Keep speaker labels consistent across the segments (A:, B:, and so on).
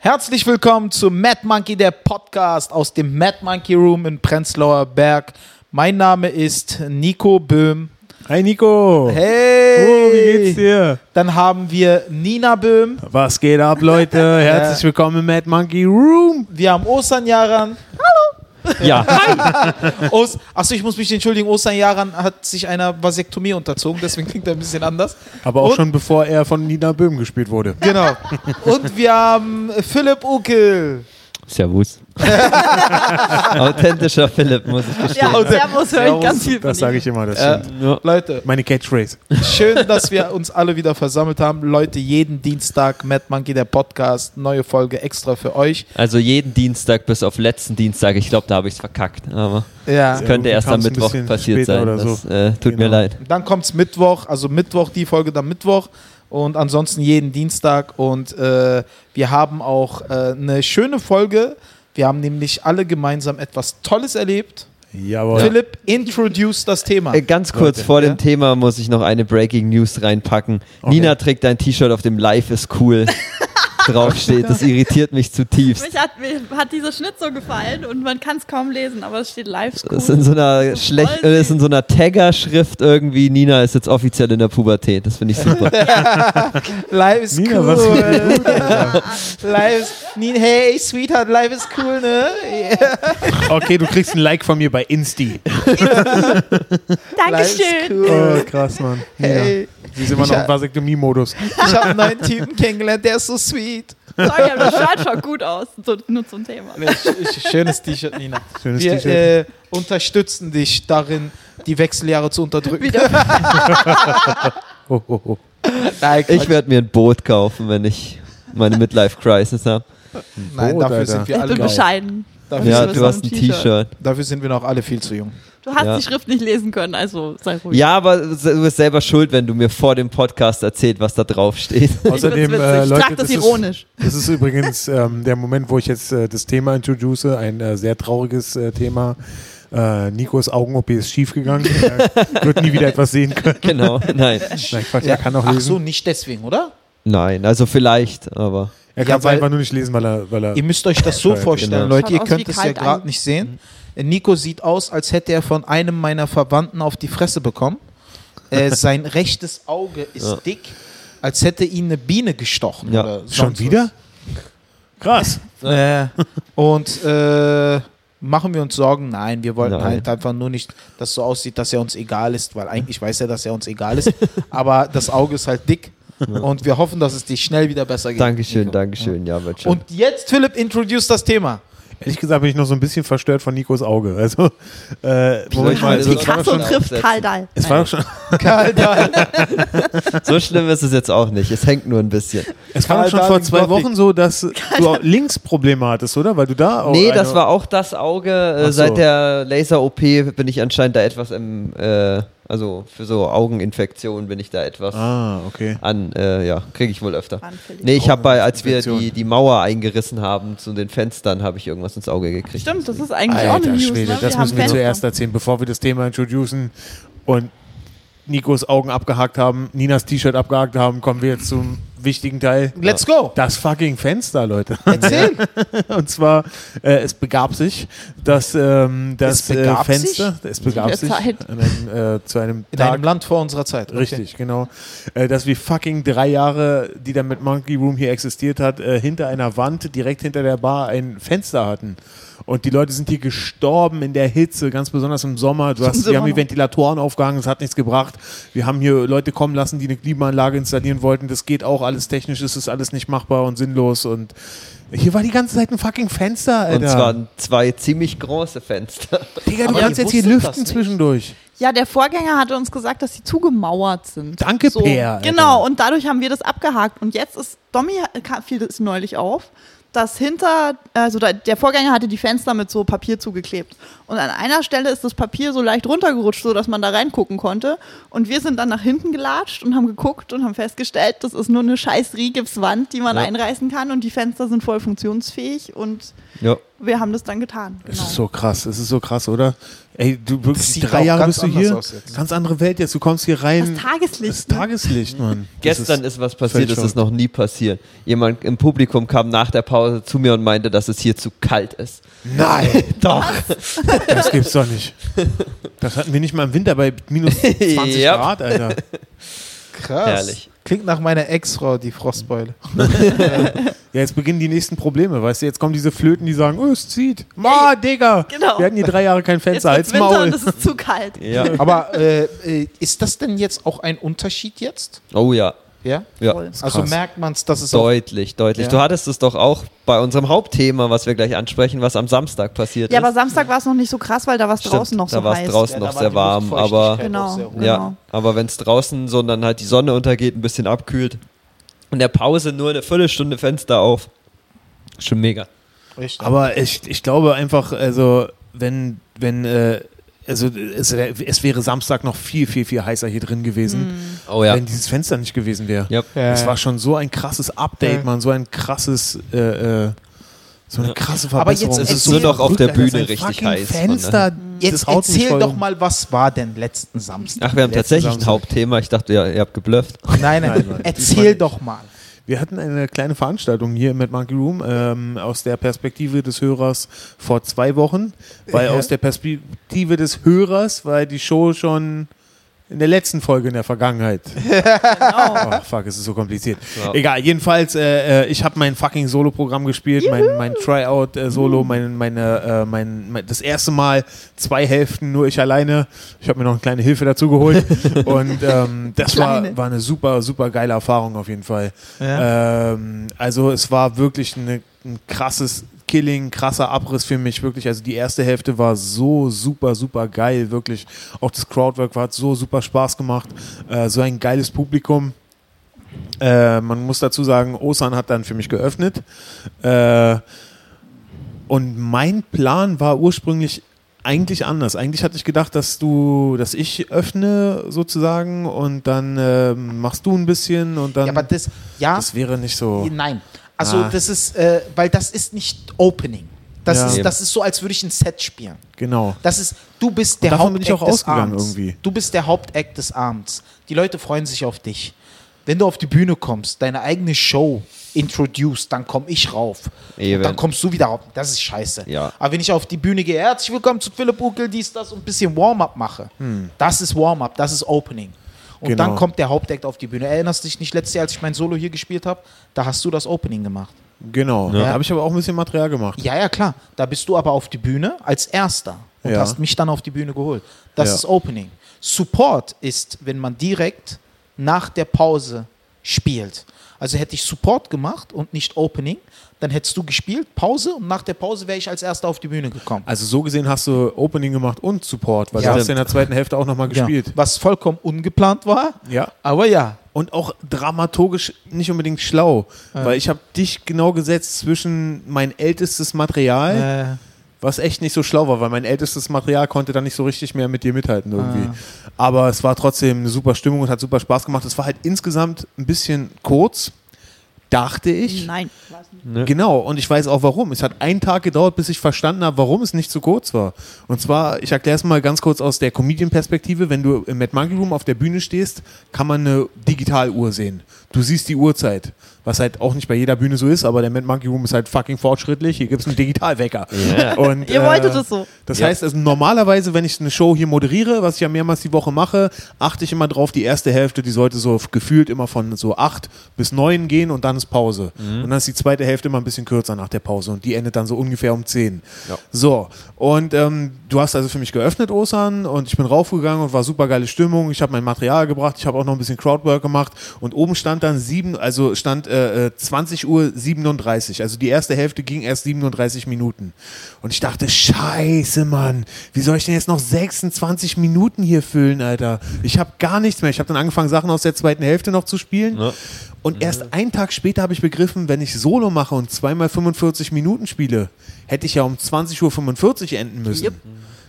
A: Herzlich willkommen zu Mad Monkey, der Podcast aus dem Mad Monkey Room in Prenzlauer Berg. Mein Name ist Nico Böhm.
B: Hi Nico!
A: Hey!
B: Oh, wie geht's dir?
A: Dann haben wir Nina Böhm.
B: Was geht ab, Leute? Herzlich willkommen im Mad Monkey Room!
A: Wir haben Ostern Jaran.
C: Ja,
A: Ost Achso, ich muss mich entschuldigen. Ostern Jaran hat sich einer Vasektomie unterzogen, deswegen klingt er ein bisschen anders.
B: Aber auch
A: Und-
B: schon bevor er von Nina Böhm gespielt wurde.
A: Genau. Und wir haben Philipp Ukel.
C: servus. Authentischer Philipp, muss ich gestehen.
D: Ja,
B: Genau.
D: Servus höre ich ganz viel.
B: Das sage ich immer, das
A: Ja.
B: stimmt.
C: Ja.
A: Leute,
B: Meine Catchphrase.
A: Schön, dass wir uns alle wieder versammelt haben. Leute, jeden Dienstag Mad Monkey, der Podcast. Neue Folge extra für euch.
C: Also jeden Dienstag bis auf letzten Dienstag. Ich glaube, da habe ich es verkackt. Aber
A: Ja.
B: Sehr
C: könnte
B: gut,
C: erst am
B: kam's ein
C: Mittwoch
B: bisschen
C: passiert
B: später
C: sein.
B: oder
C: Das,
B: so.
C: äh, tut mir
B: Genau.
C: leid.
A: Dann kommt's Mittwoch, also Mittwoch die Folge, dann Mittwoch. Und ansonsten jeden Dienstag. Und äh, wir haben auch äh, eine schöne Folge. Wir haben nämlich alle gemeinsam etwas Tolles erlebt.
B: Jawohl.
A: Philipp, introduce das Thema.
C: Äh, ganz kurz
B: Leute,
C: vor
A: ja?
C: dem Thema muss ich noch eine Breaking News reinpacken. Nina trägt ein T-Shirt, auf dem Life is cool draufsteht. Das irritiert mich zutiefst.
D: Mich hat, mir hat dieser Schnitt so gefallen und man kann es kaum lesen, aber es steht live.
C: Es ist in so einer schlecht, äh, ist in so einer Tagger-Schrift irgendwie. Nina ist jetzt offiziell in der Pubertät. Das finde ich super.
A: Life is
B: Nina,
A: cool.
B: was
A: life is, Nina, hey, Sweetheart, life is cool, ne?
B: Okay, du kriegst ein Like von mir bei Insti.
A: Life is
D: Dankeschön.
A: cool.
B: Oh, krass, Mann.
A: Hey.
B: Sie sind immer noch
D: äh,
B: im Vasektomie-Modus.
A: Ich habe einen neuen Typen kennengelernt, der ist so sweet.
D: Sorry, aber das schaut schon gut aus. So, nur zum Thema.
A: schönes T-Shirt, Nina.
B: Schönes
A: Wir
B: T-Shirt.
A: äh, unterstützen dich darin, die Wechseljahre zu unterdrücken.
D: Wieder äh,
B: Oh, oh, oh.
A: Nein,
C: Ich werde mir ein Boot kaufen, wenn ich meine Midlife-Crisis habe.
A: Nein
B: Oh,
A: dafür
B: Alter.
A: sind wir
D: ich
A: alle
D: bin
A: geil.
D: bescheiden.
A: Dafür,
C: Ja,
D: bist
C: du
D: so
C: hast ein
D: ein T-Shirt.
C: T-Shirt.
A: dafür sind wir noch alle viel zu jung.
D: Du hast
C: Ja.
D: die Schrift nicht lesen können, also sei ruhig.
C: Ja, aber du bist selber schuld, wenn du mir vor dem Podcast erzählt, was da drauf steht.
B: Außerdem,
D: ich find's
B: äh,
D: witzig.
B: Leute,
D: ich trag das,
B: das ist-
D: ironisch.
B: Das ist übrigens ähm, der Moment, wo ich jetzt äh, das Thema introduce, ein äh, sehr trauriges äh, Thema. Äh, Nikos Augen-OP ist schiefgegangen. Er wird nie wieder etwas sehen können.
C: genau, nein.
B: Nein, Quatsch, er kann auch
A: Ach
B: lesen.
A: so, nicht deswegen, oder?
C: Nein, also vielleicht, aber
B: Er
A: Ja,
B: kann es
A: weil-
B: einfach nur nicht lesen, weil er. Weil er
A: Ihr müsst euch das so
B: Genau. Mhm.
A: vorstellen, Leute.
D: Schaut
A: Ihr
D: aus
A: könnt
D: wie
A: es ja
D: kalt
A: gerade
D: ein.
A: nicht sehen. Nico sieht aus, als hätte er von einem meiner Verwandten auf die Fresse bekommen. Äh, sein rechtes Auge ist
C: Ja.
A: dick, als hätte ihn eine Biene gestochen.
C: Ja.
A: Oder
B: schon
A: sonst
B: wieder? Krass.
A: was. Äh, und äh, machen wir uns Sorgen? Nein, wir wollten
C: Nein.
A: halt einfach nur nicht, dass so aussieht, dass er uns egal ist, weil eigentlich weiß er, dass er uns egal ist. aber das Auge ist halt dick. Und wir hoffen, dass es dir schnell wieder besser geht.
C: Dankeschön,
A: Nico.
C: Dankeschön, ja, wird schon.
A: Und jetzt, Philipp, introduce das Thema.
B: Ehrlich gesagt bin ich noch so ein bisschen verstört von Nikos Auge. Also, äh, Moment mal, also, es,
C: Also,
B: war doch
D: Picasso
B: schon,
C: schon
D: trifft
C: aufsetzen.
D: Karl Dahl.
B: es war doch schon,
C: so schlimm ist es jetzt auch nicht. Es hängt nur ein bisschen.
B: es war doch schon
A: Karl
B: vor
A: Darling
B: zwei
A: Gothic.
B: Wochen so, dass du auch Linksprobleme hattest, oder? Weil du da auch
C: nee,
B: eine-
C: das war auch das Auge. Äh,
B: Oh, also Ach so.
C: Seit der Laser-OP bin ich anscheinend da etwas im, äh, also für so Augeninfektionen bin ich da etwas
B: Ah, okay.
C: an, äh, ja, kriege ich wohl öfter.
D: Anfällig.
C: Nee, ich habe bei, als wir
B: Infektion.
C: die, die Mauer eingerissen haben zu den Fenstern, habe ich irgendwas ins Auge gekriegt.
D: Stimmt, das ist eigentlich auch eine News. ne?
B: das
D: haben
B: müssen wir
D: Fans-
B: zuerst erzählen, bevor wir das Thema introducen und Nikos Augen abgehakt haben, Ninas T-Shirt abgehakt haben, kommen wir jetzt zum wichtigen Teil.
A: Let's go.
B: Das fucking Fenster, Leute.
A: Erzähl.
B: Und zwar, äh, es begab sich, dass ähm, das
A: Es begab
B: äh, Fenster, es begab
D: der
B: sich
D: Zeit.
B: an einem, äh, zu einem
A: In
B: Tag,
A: einem Land vor unserer Zeit. Okay.
B: richtig, genau, äh, dass wir fucking drei Jahre, die dann mit Monkey Room hier existiert hat, äh, hinter einer Wand, direkt hinter der Bar, ein Fenster hatten. Und die Leute sind hier gestorben in der Hitze, ganz besonders im Sommer. Du hast,
D: Sind sie
B: wir haben
D: immer
B: die Ventilatoren aufgehangen, es hat nichts gebracht. Wir haben hier Leute kommen lassen, die eine Klimaanlage installieren wollten. Das geht auch, alles technisch ist es alles nicht machbar und sinnlos. Und hier war die ganze Zeit ein fucking Fenster, Alter.
C: Und es waren zwei ziemlich große Fenster.
B: Digga, du
A: Aber
B: kannst
A: ihr
B: jetzt hier
A: wusstet
B: lüften
A: das nicht.
B: zwischendurch.
D: Ja, der Vorgänger hatte uns gesagt, dass sie zugemauert sind.
B: Danke,
D: so.
B: Per, Alter.
D: Genau, und dadurch haben wir das abgehakt. Und jetzt ist, Domi kam- fiel das neulich auf, dass hinter, also da, der Vorgänger hatte die Fenster mit so Papier zugeklebt. Und an einer Stelle ist das Papier so leicht runtergerutscht, so dass man da reingucken konnte. Und wir sind dann nach hinten gelatscht und haben geguckt und haben festgestellt, das ist nur eine scheiß Rigipswand, die man
C: Ja.
D: einreißen kann. Und die Fenster sind voll funktionsfähig und
C: Ja.
D: Wir haben das dann getan.
B: Es
D: Genau.
B: ist so krass, es ist so krass, oder? Ey, du
A: Das
B: wirklich
A: sieht
B: drei
A: auch
B: Jahre
A: ganz
B: bist du
A: anders
B: hier.
A: aus jetzt. ne?
B: Ganz andere Welt jetzt. Du kommst hier
D: das
B: rein.
D: Tageslicht. ne?
B: Das ist Tageslicht, Mann. Das
C: Gestern ist, was passiert,
B: völlig
C: das ist
B: verrückt.
C: noch nie passiert. Jemand im Publikum kam nach der Pause zu mir und meinte, dass es hier zu kalt ist.
B: Nein,
C: Doch.
B: das gibt's doch nicht. Das hatten wir nicht mal im Winter bei minus 20
C: Yep.
B: Grad, Alter.
A: Krass.
C: Herrlich.
A: Klingt nach meiner Ex-Frau, die Frostbeule.
B: Ja, jetzt beginnen die nächsten Probleme, weißt du? Jetzt kommen diese Flöten, die sagen, oh, es zieht. Ma, Digga.
D: Genau.
B: Wir hatten hier drei Jahre kein
D: Jetzt
B: Fenster,
D: wird's
B: als
D: Winter und
B: Maul.
D: es ist zu kalt.
C: Ja.
A: Aber äh, äh, ist das denn jetzt auch ein Unterschied jetzt?
C: Oh ja.
A: Ja.
C: ja.
D: Voll.
A: Also
B: krass.
A: merkt man es, dass es auch
C: Deutlich, deutlich.
A: Ja.
C: Du hattest es doch auch bei unserem Hauptthema, was wir gleich ansprechen, was am Samstag passiert
D: Ja,
C: ist.
D: aber Samstag war es noch nicht so krass, weil da war es draußen noch
C: da
D: so
C: war's
D: heiß.
C: draußen
A: Ja, da
C: noch
A: war
C: sehr
A: die
C: warm, aber
A: Luftfeuchtigkeit auch
D: Genau.
A: sehr hoch.
C: ja,
D: Genau.
C: aber wenn es draußen so und dann halt die Sonne untergeht, ein bisschen abkühlt, in der Pause nur eine Viertelstunde Fenster auf. Schon mega.
A: Richtig.
B: Aber ich, ich glaube einfach, also, wenn, wenn, äh, also es, es wäre Samstag noch viel, viel, viel heißer hier drin gewesen,
D: Mhm.
C: Oh ja.
B: wenn dieses Fenster nicht gewesen wäre.
C: Ja.
A: Ja.
B: Es war schon so ein krasses Update,
A: Ja.
B: man, so ein krasses, äh, äh, so eine krasse
A: Aber jetzt
B: Verbesserung.
A: ist es
B: so
A: nur
C: noch auf
B: verrückt,
C: der
B: Alter,
C: Bühne
B: sein
C: richtig
B: fucking
C: heiß, von
B: Fenster,
A: Jetzt erzähl doch mal, was war denn letzten Samstag?
C: Ach, wir haben
B: Letzten
C: tatsächlich ein
B: Samstag.
C: Hauptthema. Ich dachte, ja, ihr habt geblufft.
A: Nein, nein,
B: Nein, nein.
A: erzähl doch mal.
B: Wir hatten eine kleine Veranstaltung hier im Mad Monkey Room ähm, aus der Perspektive des Hörers vor zwei Wochen, weil
A: Ja.
B: aus der Perspektive des Hörers war die Show schon in der letzten Folge in der Vergangenheit. Oh, fuck, es ist so kompliziert.
C: Ja.
B: Egal, jedenfalls, äh, äh, ich habe mein fucking Solo-Programm gespielt, mein, mein Tryout-Solo, mein, meine, äh, mein, mein, das erste Mal zwei Hälften, nur ich alleine. Ich habe mir noch eine kleine Hilfe dazu geholt und ähm, das war,
D: Kleine.
B: war eine super, super geile Erfahrung auf jeden Fall. Ähm, also es war wirklich eine, ein krasses Killing, krasser Abriss für mich, wirklich. Also die erste Hälfte war so super, super geil, wirklich. Auch das Crowdwork hat so super Spaß gemacht. Äh, so ein geiles Publikum. Äh, man muss dazu sagen, Osan hat dann für mich geöffnet. Äh, und mein Plan war ursprünglich eigentlich anders. Eigentlich hatte ich gedacht, dass du, dass ich öffne sozusagen und dann äh, machst du ein bisschen und dann.
A: Ja, aber das, ja,
B: Das wäre nicht so.
A: nein. Also
B: Ah.
A: das ist, äh, weil das ist nicht Opening. Das,
B: Ja.
A: ist, das ist so, als würde ich ein Set spielen.
B: Genau.
A: Das ist, du bist der
B: davon
A: Hauptakt
B: bin ich auch
A: des
B: ausgegangen
A: Abends.
B: irgendwie.
A: Du bist der Hauptakt des Abends. Die Leute freuen sich auf dich. Wenn du auf die Bühne kommst, deine eigene Show introduced, dann komme ich rauf.
C: Eben.
A: Und dann kommst du wieder rauf. Das ist scheiße.
C: Ja.
A: Aber wenn ich auf die Bühne gehe, herzlich willkommen zu Philipp Ukel, dies, das und ein bisschen Warm-up mache. Das ist Warm-up, das ist Opening. Und
B: Hm. Genau.
A: dann kommt der Hauptakt auf die Bühne. Erinnerst du dich nicht letztes Jahr, als ich mein Solo hier gespielt habe? Da hast du das Opening gemacht.
B: Genau.
A: Ja.
B: Da habe ich aber auch ein bisschen Material gemacht.
A: Ja, ja, klar. Da bist du aber auf die Bühne als Erster und
B: Ja.
A: hast mich dann auf die Bühne geholt. Das
B: Ja.
A: ist Opening. Support ist, wenn man direkt nach der Pause spielt. Also hätte ich Support gemacht und nicht Opening, dann hättest du gespielt, Pause und nach der Pause wäre ich als Erster auf die Bühne gekommen.
B: Also so gesehen hast du Opening gemacht und Support, weil
A: Ja.
B: du hast in der zweiten Hälfte auch nochmal gespielt.
A: Ja. Was vollkommen ungeplant war,
B: Ja.
A: aber ja.
B: Und auch dramaturgisch nicht unbedingt schlau, weil ich habe dich genau gesetzt zwischen mein ältestes
A: Äh,
B: Material, was echt nicht so schlau war, weil mein ältestes Material konnte dann nicht so richtig mehr mit dir mithalten irgendwie. Aber es war trotzdem eine super Stimmung und hat super Spaß gemacht. Es war halt insgesamt ein bisschen kurz, dachte ich.
D: Nein. war's nicht.
B: Genau, und ich weiß auch warum. Es hat einen Tag gedauert, bis ich verstanden habe, warum es nicht so kurz war. Und zwar, ich erkläre es mal ganz kurz aus der Comedian-Perspektive. Wenn du im Mad Monkey Room auf der Bühne stehst, kann man eine Digitaluhr sehen. Du siehst die Uhrzeit, was halt auch nicht bei jeder Bühne so ist, aber der Mad Monkey Room ist halt fucking fortschrittlich. Hier gibt es einen Digitalwecker. Und, äh,
D: Ihr wolltet es so.
B: Das
C: Ja.
B: heißt, also normalerweise, wenn ich eine Show hier moderiere, was ich ja mehrmals die Woche mache, achte ich immer drauf, die erste Hälfte, die sollte so gefühlt immer von so acht bis neun gehen und dann ist Pause. Und dann ist die zweite Hälfte immer ein bisschen kürzer nach der Pause und die endet dann so ungefähr um zehn. So, und ähm, du hast also für mich geöffnet, Osan, und ich bin raufgegangen und war super geile Stimmung. Ich habe mein Material gebracht, ich habe auch noch ein bisschen Crowdwork gemacht und oben stand dann sieben, also stand äh, äh, 20 Uhr 37. Also die erste Hälfte ging erst 37 Minuten. Und ich dachte, scheiße, Mann, wie soll ich denn jetzt noch 26 Minuten hier füllen, Alter? Ich habe gar nichts mehr. Ich habe dann angefangen, Sachen aus der zweiten Hälfte noch zu spielen. Und erst einen Tag später habe ich begriffen, wenn ich Solo mache und zweimal 45 Minuten spiele, hätte ich ja um 20.45 Uhr enden müssen.
D: Yep.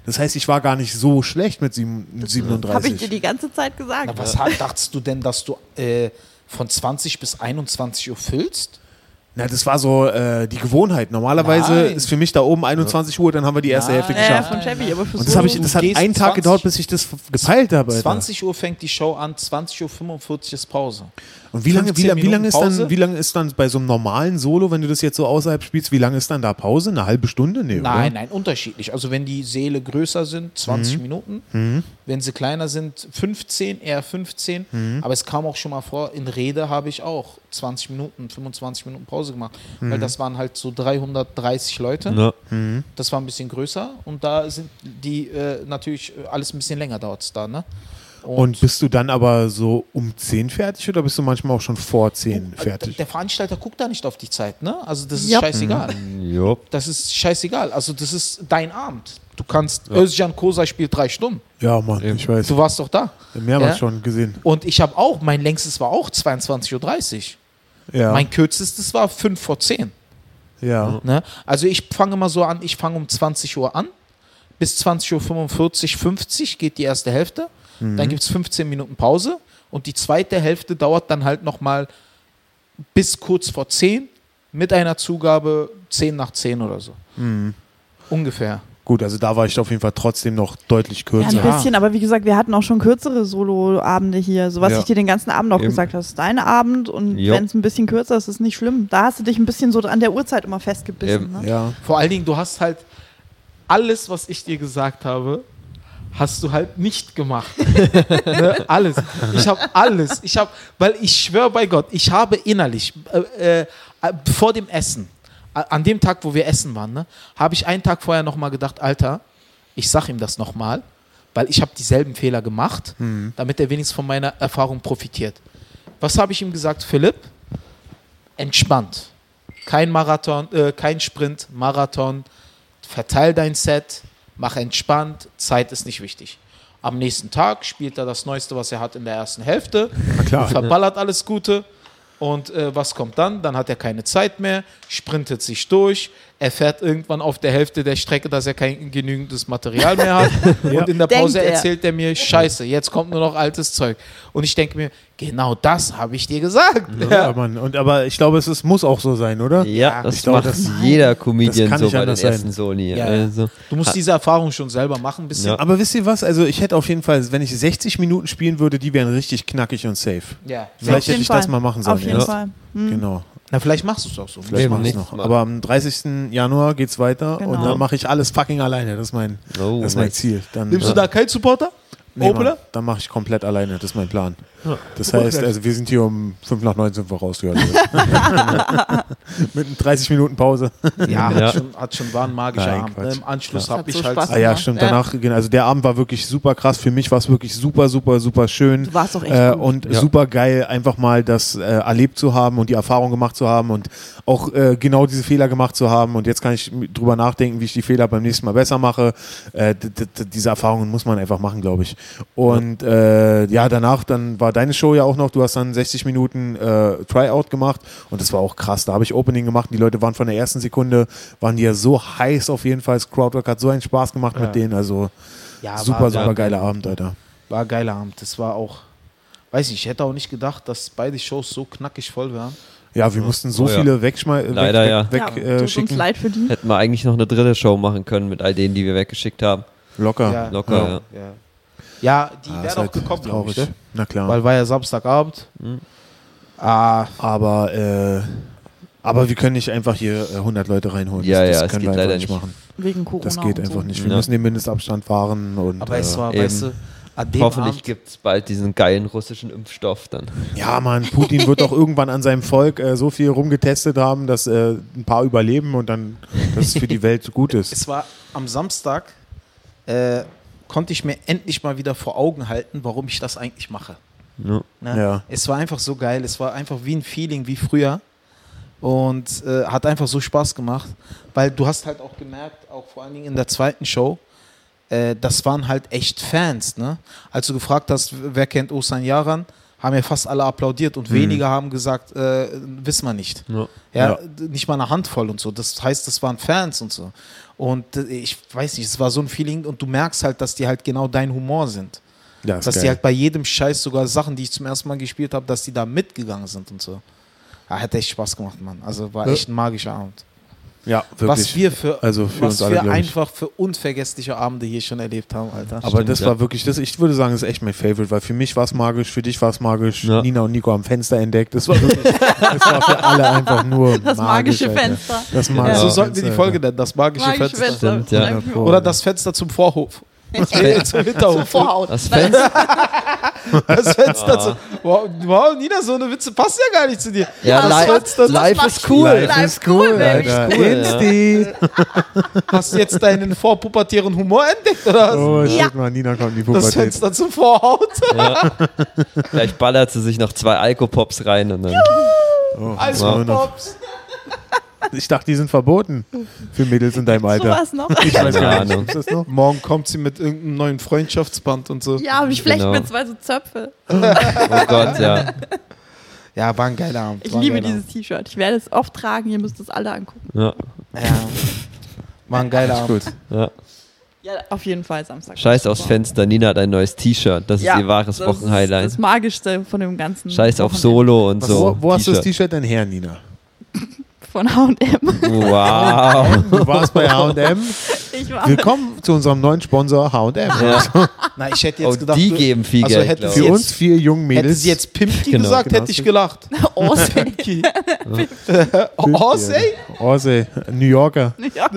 B: Das heißt, ich war gar nicht so schlecht mit sieben-
D: Habe ich dir
B: 37.
D: die ganze Zeit gesagt.
A: na, was hat- dachtest du denn, dass du äh, von 20 bis 21 Uhr füllst?
B: Na, das war so äh, die Gewohnheit. Normalerweise
A: Nein.
B: ist für mich da oben 21 Uhr, dann haben wir die erste
A: Nein.
B: Hälfte
D: Ja, ja,
B: geschafft.
D: von Chevy, aber für
B: Und das, hab ich,
A: Du
B: das hat
A: gehst
B: einen Tag
A: 20
B: gedauert, bis ich das f- gepeilt habe. Alter.
A: 20 Uhr fängt die Show an, 20.45 Uhr ist Pause.
B: Und wie lange, wie,
A: 15
B: lange- wie, lange ist
A: Minuten
B: dann,
A: Pause?
B: wie lange ist dann bei so einem normalen Solo, wenn du das jetzt so außerhalb spielst, wie lange ist dann da Pause? Eine halbe Stunde? Nee,
A: Nein, nein, unterschiedlich. Also wenn die Seele größer sind, 20 Minuten. Wenn sie kleiner sind, 15, eher 15. Aber es kam auch schon mal vor, in Rede habe ich auch 20 Minuten, 25 Minuten Pause gemacht. Weil das waren halt so 330 Leute.
C: Ja.
A: Das war ein bisschen größer. Und da sind die äh, natürlich äh, alles ein bisschen länger dauert es da. Ne?
B: Oder? Und bist du dann aber so um 10 fertig oder bist du manchmal auch schon vor 10 fertig?
A: der Veranstalter guckt da nicht auf die Zeit. Ne? Also das ist
D: Ja.
A: scheißegal.
C: Mhm. Jo.
A: Das ist scheißegal. Also das ist dein Abend. Du kannst, Özcan Kosa spielt drei Stunden.
B: Ja, Mann, ich weiß.
A: äh, Du warst doch da.
B: Mehrmals
A: Ja.
B: schon gesehen.
A: Und ich habe auch, mein längstes war auch 22.30 Uhr.
B: Ja.
A: Mein kürzestes war 5 vor 10.
B: ja.
A: Ne? Also ich fange mal so an, ich fange um 20 Uhr an. Bis 20.45 Uhr, 50 geht die erste Hälfte. Dann gibt es 15 Minuten Pause. Und die zweite Hälfte dauert dann halt nochmal bis kurz vor 10 mit einer Zugabe 10 nach 10 oder so. Ungefähr.
B: Gut, also da war ich auf jeden Fall trotzdem noch deutlich
D: Ja,
B: kürzer.
D: ein bisschen, aber wie gesagt, wir hatten auch schon kürzere Solo-Abende hier, so was
B: Ja.
D: ich dir den ganzen Abend auch
C: Eben.
D: gesagt habe. Das ist dein Abend und
C: Jo.
D: wenn es ein bisschen kürzer ist, ist nicht schlimm. Da hast du dich ein bisschen so an der Uhrzeit immer festgebissen.
C: Eben.
D: Ne?
B: Ja.
A: Vor allen Dingen, du hast halt alles, was ich dir gesagt habe, hast du halt nicht gemacht. ne? Alles. Ich habe alles. Ich habe, weil ich schwöre bei Gott, ich habe innerlich äh, äh, vor dem Essen, a- an dem Tag, wo wir essen waren, ne, habe ich einen Tag vorher nochmal gedacht, Alter, ich sag ihm das nochmal, weil ich habe dieselben Fehler gemacht, damit er wenigstens von meiner Erfahrung profitiert. Was habe ich ihm gesagt, Philipp? Entspannt. Kein Marathon, äh, kein Sprint, Marathon. Verteil dein Set, mach entspannt, Zeit ist nicht wichtig. Am nächsten Tag spielt er das Neueste, was er hat in der ersten Hälfte,
B: klar.
A: verballert alles Gute. Und äh, was kommt dann? Dann hat er keine Zeit mehr, sprintet sich durch, erfährt irgendwann auf der Hälfte der Strecke, dass er kein genügendes Material mehr hat. Und in der
D: Denkt
A: Pause
D: er.
A: erzählt er mir, scheiße, jetzt kommt nur noch altes Zeug. Und ich denke mir, genau das habe ich dir gesagt.
B: Ja, Mann. Und, ne? aber ich glaube, es ist, muss auch so sein, oder?
C: Ja,
B: ich
C: das
B: glaub,
C: macht
B: das-
C: jeder
B: das
C: Comedian
B: kann
C: so
B: nicht
C: bei den
B: anders sein.
C: ersten Soli.
A: Ja, ja.
C: Also,
A: Du musst diese Erfahrung schon selber machen, ein bisschen.
B: Aber wisst ihr was? Also ich hätte auf jeden Fall, wenn ich 60 Minuten spielen würde, die wären richtig knackig und safe.
A: Ja.
D: Auf
B: Vielleicht hätte
D: jeden
B: ich das
D: Fall.
B: mal machen sollen.
D: Auf jeden
B: ja.
D: Fall.
B: Genau.
A: Na, vielleicht machst du es auch so.
B: Vielleicht
C: Eben
B: mach ich's
C: nicht.
B: noch. Aber am 30. Januar geht's weiter
D: Genau.
B: und dann mache ich alles fucking alleine. Das ist mein,
C: Oh,
B: das ist mein
C: nice.
B: Ziel. Dann, äh,
A: Nimmst du da keinen Supporter?
B: Nee, Mann,
A: Opener?
B: dann mache ich komplett alleine. Das ist mein Plan. Das heißt, also wir sind hier um 5 nach 19 vorausgehört. Mit einer 30 Minuten Pause.
A: Ja,
C: Ja.
A: Hat, schon, hat schon war ein magischer
B: Nein,
A: Abend.
B: Quatsch.
A: Ne? Im Anschluss
D: Ja.
A: habe
D: Hat
A: ich
D: so
A: halt.
D: Spaß
B: Ah ja, stimmt.
D: Ja.
B: Danach, genau. also der Abend war wirklich super krass. Für mich war es wirklich super, super, super schön.
D: Du warst auch echt
B: äh,
D: gut.
B: und super geil, einfach mal das äh, erlebt zu haben und die Erfahrung gemacht zu haben und auch äh, genau diese Fehler gemacht zu haben. Und jetzt kann ich m- drüber nachdenken, wie ich die Fehler beim nächsten Mal besser mache. Äh, d- d- d- diese Erfahrungen muss man einfach machen, glaube ich. Und äh, ja, danach, dann war deine Show ja auch noch. Du hast dann 60 Minuten äh, Tryout gemacht und das war auch krass. Da habe ich Opening gemacht. Die Leute waren von der ersten Sekunde, waren die ja so heiß auf jeden Fall. Das Crowdwork hat so einen Spaß gemacht mit denen. Also
A: Ja,
B: super,
A: war,
B: super geiler Abend, Alter.
A: War ein geiler Abend. Das war auch. Weiß nicht, ich hätte auch nicht gedacht, dass beide Shows so knackig voll wären.
B: Ja, wir mussten so
C: Oh ja.
B: viele wegschmeißen.
C: Leider, ja.
B: weg,
D: ja,
B: äh,
D: tut uns
B: schicken.
D: leid für die.
C: hätten wir eigentlich noch eine dritte Show machen können mit all denen, die wir weggeschickt haben.
B: Locker.
A: Ja.
C: Locker, ja.
A: Ja, ja die
B: Ah,
A: wären
B: ist
A: auch
B: halt
A: gekommen, glaube
B: traurig. Mhm.
A: ich. Ne?
B: Na klar.
A: Weil war ja Samstagabend. Ah,
B: aber, äh, aber wir können nicht einfach hier äh, 100 Leute reinholen.
C: Ja,
B: das
C: ja,
B: das
C: es
B: können
C: geht
B: wir einfach
C: leider
B: nicht
C: nicht.
B: machen.
D: Wegen Corona.
B: Das geht
D: und
B: einfach
D: so.
B: nicht. Wir
C: Ja.
B: müssen den Mindestabstand fahren und äh,
A: aber es war,
C: eben.
A: weißt du, an dem
C: Hoffentlich
A: Abend,
C: gibt es bald diesen geilen russischen Impfstoff dann.
B: äh, ja, Mann, Putin wird doch irgendwann an seinem Volk äh, so viel rumgetestet haben, dass äh, ein paar überleben und dann das für die Welt gut ist.
A: es war am Samstag, äh, konnte ich mir endlich mal wieder vor Augen halten, warum ich das eigentlich mache.
C: Ja.
A: Ne?
B: Ja.
A: Es war einfach so geil. Es war einfach wie ein Feeling wie früher. Und äh, hat einfach so Spaß gemacht. Weil du hast halt auch gemerkt, auch vor allen Dingen in der zweiten Show, äh, das waren halt echt Fans. Ne? Als du gefragt hast, wer kennt Osan Yaran, haben ja fast alle applaudiert und wenige haben gesagt, äh, wissen wir nicht.
C: Ja.
A: Ja,
B: Mhm. Ja.
A: d- nicht mal eine Handvoll und so. Das heißt, das waren Fans und so. Und äh, ich weiß nicht, es war so ein Feeling und du merkst halt, dass die halt genau dein Humor sind.
B: Ja, ist
A: Dass die
B: geil.
A: halt bei jedem Scheiß sogar Sachen, die ich zum ersten Mal gespielt habe, dass die da mitgegangen sind und so. Ja, hat echt Spaß gemacht, Mann. Also war echt ein magischer Abend.
B: Ja, wirklich.
A: Was wir für,
B: also für
A: was
B: uns alle,
A: wir
B: glaub ich.
A: einfach für unvergessliche Abende hier schon erlebt haben, Alter.
B: Aber das
C: ja.
B: war wirklich, das, ich würde sagen, das ist echt mein Favorite, weil für mich war es magisch, für dich war es magisch,
C: Ja.
B: Nina und Nico am Fenster entdeckt. Das war wirklich, das war für alle einfach nur
D: Das
B: magisch,
D: magische
B: Alter.
D: Fenster.
B: Das magische
A: Ja, so
B: Fenster,
A: sollten wir die
B: Alter.
A: Folge nennen, das magische
D: Magische
A: Fenster.
D: Fenster.
C: Stimmt, ja.
D: Einfach-
B: Vor-
A: Oder das Fenster zum Vorhof. Nee, zum
D: Zur
A: Hinterhof.
D: Vorhaut.
C: Das Fenster,
A: Das Fenster zum. Wow, wow, Nina, so eine Witze passt ja gar nicht zu dir.
C: ja,
A: das
C: live,
A: Fenster-
C: live
D: macht
C: ist cool.
D: Live
B: Life
D: ist cool, baby.
B: Alter.
C: Cool, ja.
B: Insti.
A: Hast du jetzt deinen vorpubertären Humor entdeckt oder was?
B: Oh,
D: Ja.
B: shit, mal, Nina kommt in die
A: Das
B: Pubertät.
A: Fenster zum Vorhaut.
C: Vielleicht ballert sie sich noch zwei Alkopops rein und dann.
B: Oh,
A: Als
B: wow.
A: Also, Pops.
B: Ich dachte, die sind verboten für Mädels in deinem
D: So
B: Alter.
D: was noch.
B: Ich weiß
C: Keine
B: gar nicht.
C: Ahnung.
B: Gibt's das noch?
A: Morgen kommt sie mit irgendeinem neuen Freundschaftsband und so. Ja,
D: Ja, aber ich flechte
C: Genau.
D: mir zwei so Zöpfe.
C: Oh Gott, ja.
A: war ein geiler Abend.
D: Ich
A: war ein
D: liebe
C: genau.
A: geiler
D: dieses T-Shirt. Ich werde es oft tragen. Ihr müsst es alle angucken.
C: ja.
A: Abend. Ja. War ein geiler Abend.
B: Gut.
C: ja.
D: Ja, auf jeden Fall Samstag.
C: Scheiß aufs Fenster. Nina hat ein neues T-Shirt. Das ist
D: Ja,
C: ihr wahres
D: das
C: Wochenhighlight.
D: Ist das Magischste von dem ganzen.
C: Scheiß auf
D: Wochenende.
C: Solo und
B: Was,
C: so.
B: wo wo hast du das
C: T-Shirt.
B: T-Shirt denn her, Nina?
D: Von HM.
C: Wow.
B: Du warst bei H&M.
D: Ich war.
B: Willkommen zu unserem neuen Sponsor H&M.
C: Ja.
A: Na, ich hätte jetzt
C: Oh,
A: gedacht,
C: die
A: wir-
C: geben viel
A: also
C: Geld.
A: hätte
C: glaub
A: sie
B: Für
C: ich.
A: jetzt-
B: uns vier jungen
A: hätte
B: Mädels.
A: sie jetzt Pimpki
C: Genau,
A: gesagt,
B: genau,
A: hätte ich
B: das-
A: gelacht. Oh,
D: Oh, sehr
A: Pimpki. Orsay?
B: Orsay, New Yorker.
D: ja.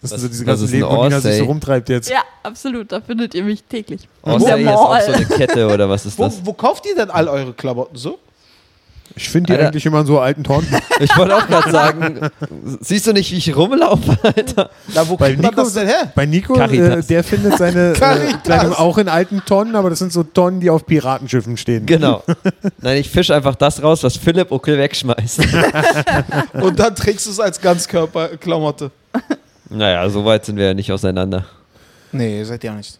B: Das sind so diese
C: was
B: ganzen
C: ist ein
B: Leben, wo Nina sich
C: Orsay?
B: so rumtreibt jetzt.
D: ja, absolut. Da findet ihr mich täglich.
C: Oh,
D: In der
C: Say ist auch
D: Mall.
C: so eine Kette oder was ist
A: Wo,
C: das?
A: wo kauft ihr denn all eure Klamotten so?
B: Ich finde die
C: Alter.
B: eigentlich immer in so alten Torten.
C: Ich wollte auch gerade sagen, siehst du nicht, wie ich rumlaufe, Alter?
A: Na, wo
B: Bei
A: kriegt man
B: Nico-
A: das denn her?
B: Bei Nico, äh,
C: Caritas.
B: der findet seine äh,
A: Caritas.
B: kleine, auch in alten Tonnen, aber das sind so Tonnen, die auf Piratenschiffen stehen.
C: Genau. Nein, ich fisch einfach das raus, was Philipp Uckel wegschmeißt.
A: Und dann trägst du es als Ganzkörperklamotte.
C: Naja, so weit sind wir ja nicht auseinander.
A: Nee, seid ihr auch nicht.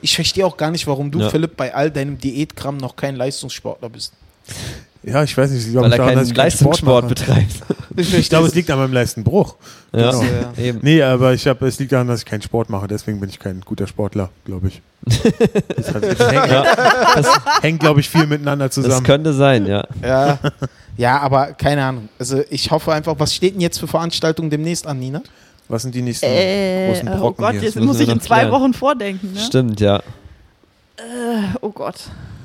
A: Ich verstehe auch gar nicht, warum du,
C: Ja.
A: Philipp, bei all deinem Diätkram noch kein Leistungssportler bist.
B: Ja, ich weiß nicht, ich glaube,
C: Weil er
B: daran, dass
C: keinen
B: ich keinen Sport
C: Leistungssport
B: mache.
C: betreibt.
B: Ich glaube, es liegt an meinem Leistenbruch.
C: Ja,
B: Genau.
A: Ja.
C: eben.
B: Nee, aber ich hab, es liegt daran, dass ich keinen Sport mache. Deswegen bin ich kein guter Sportler, glaube ich. Das, hat, das hängt, hängt glaube ich, viel miteinander
C: Das
B: zusammen.
C: könnte sein, ja.
A: ja. ja, aber keine Ahnung. Also ich hoffe einfach, was steht denn jetzt für Veranstaltungen demnächst an, Nina?
B: Was sind die nächsten
D: Äh,
B: großen Brocken
D: oh Gott,
B: hier?
D: jetzt
C: müssen
D: muss
C: wir
D: ich in
C: noch
D: zwei
C: klären.
D: Wochen vordenken. Ne?
C: Stimmt, ja.
D: Oh Gott.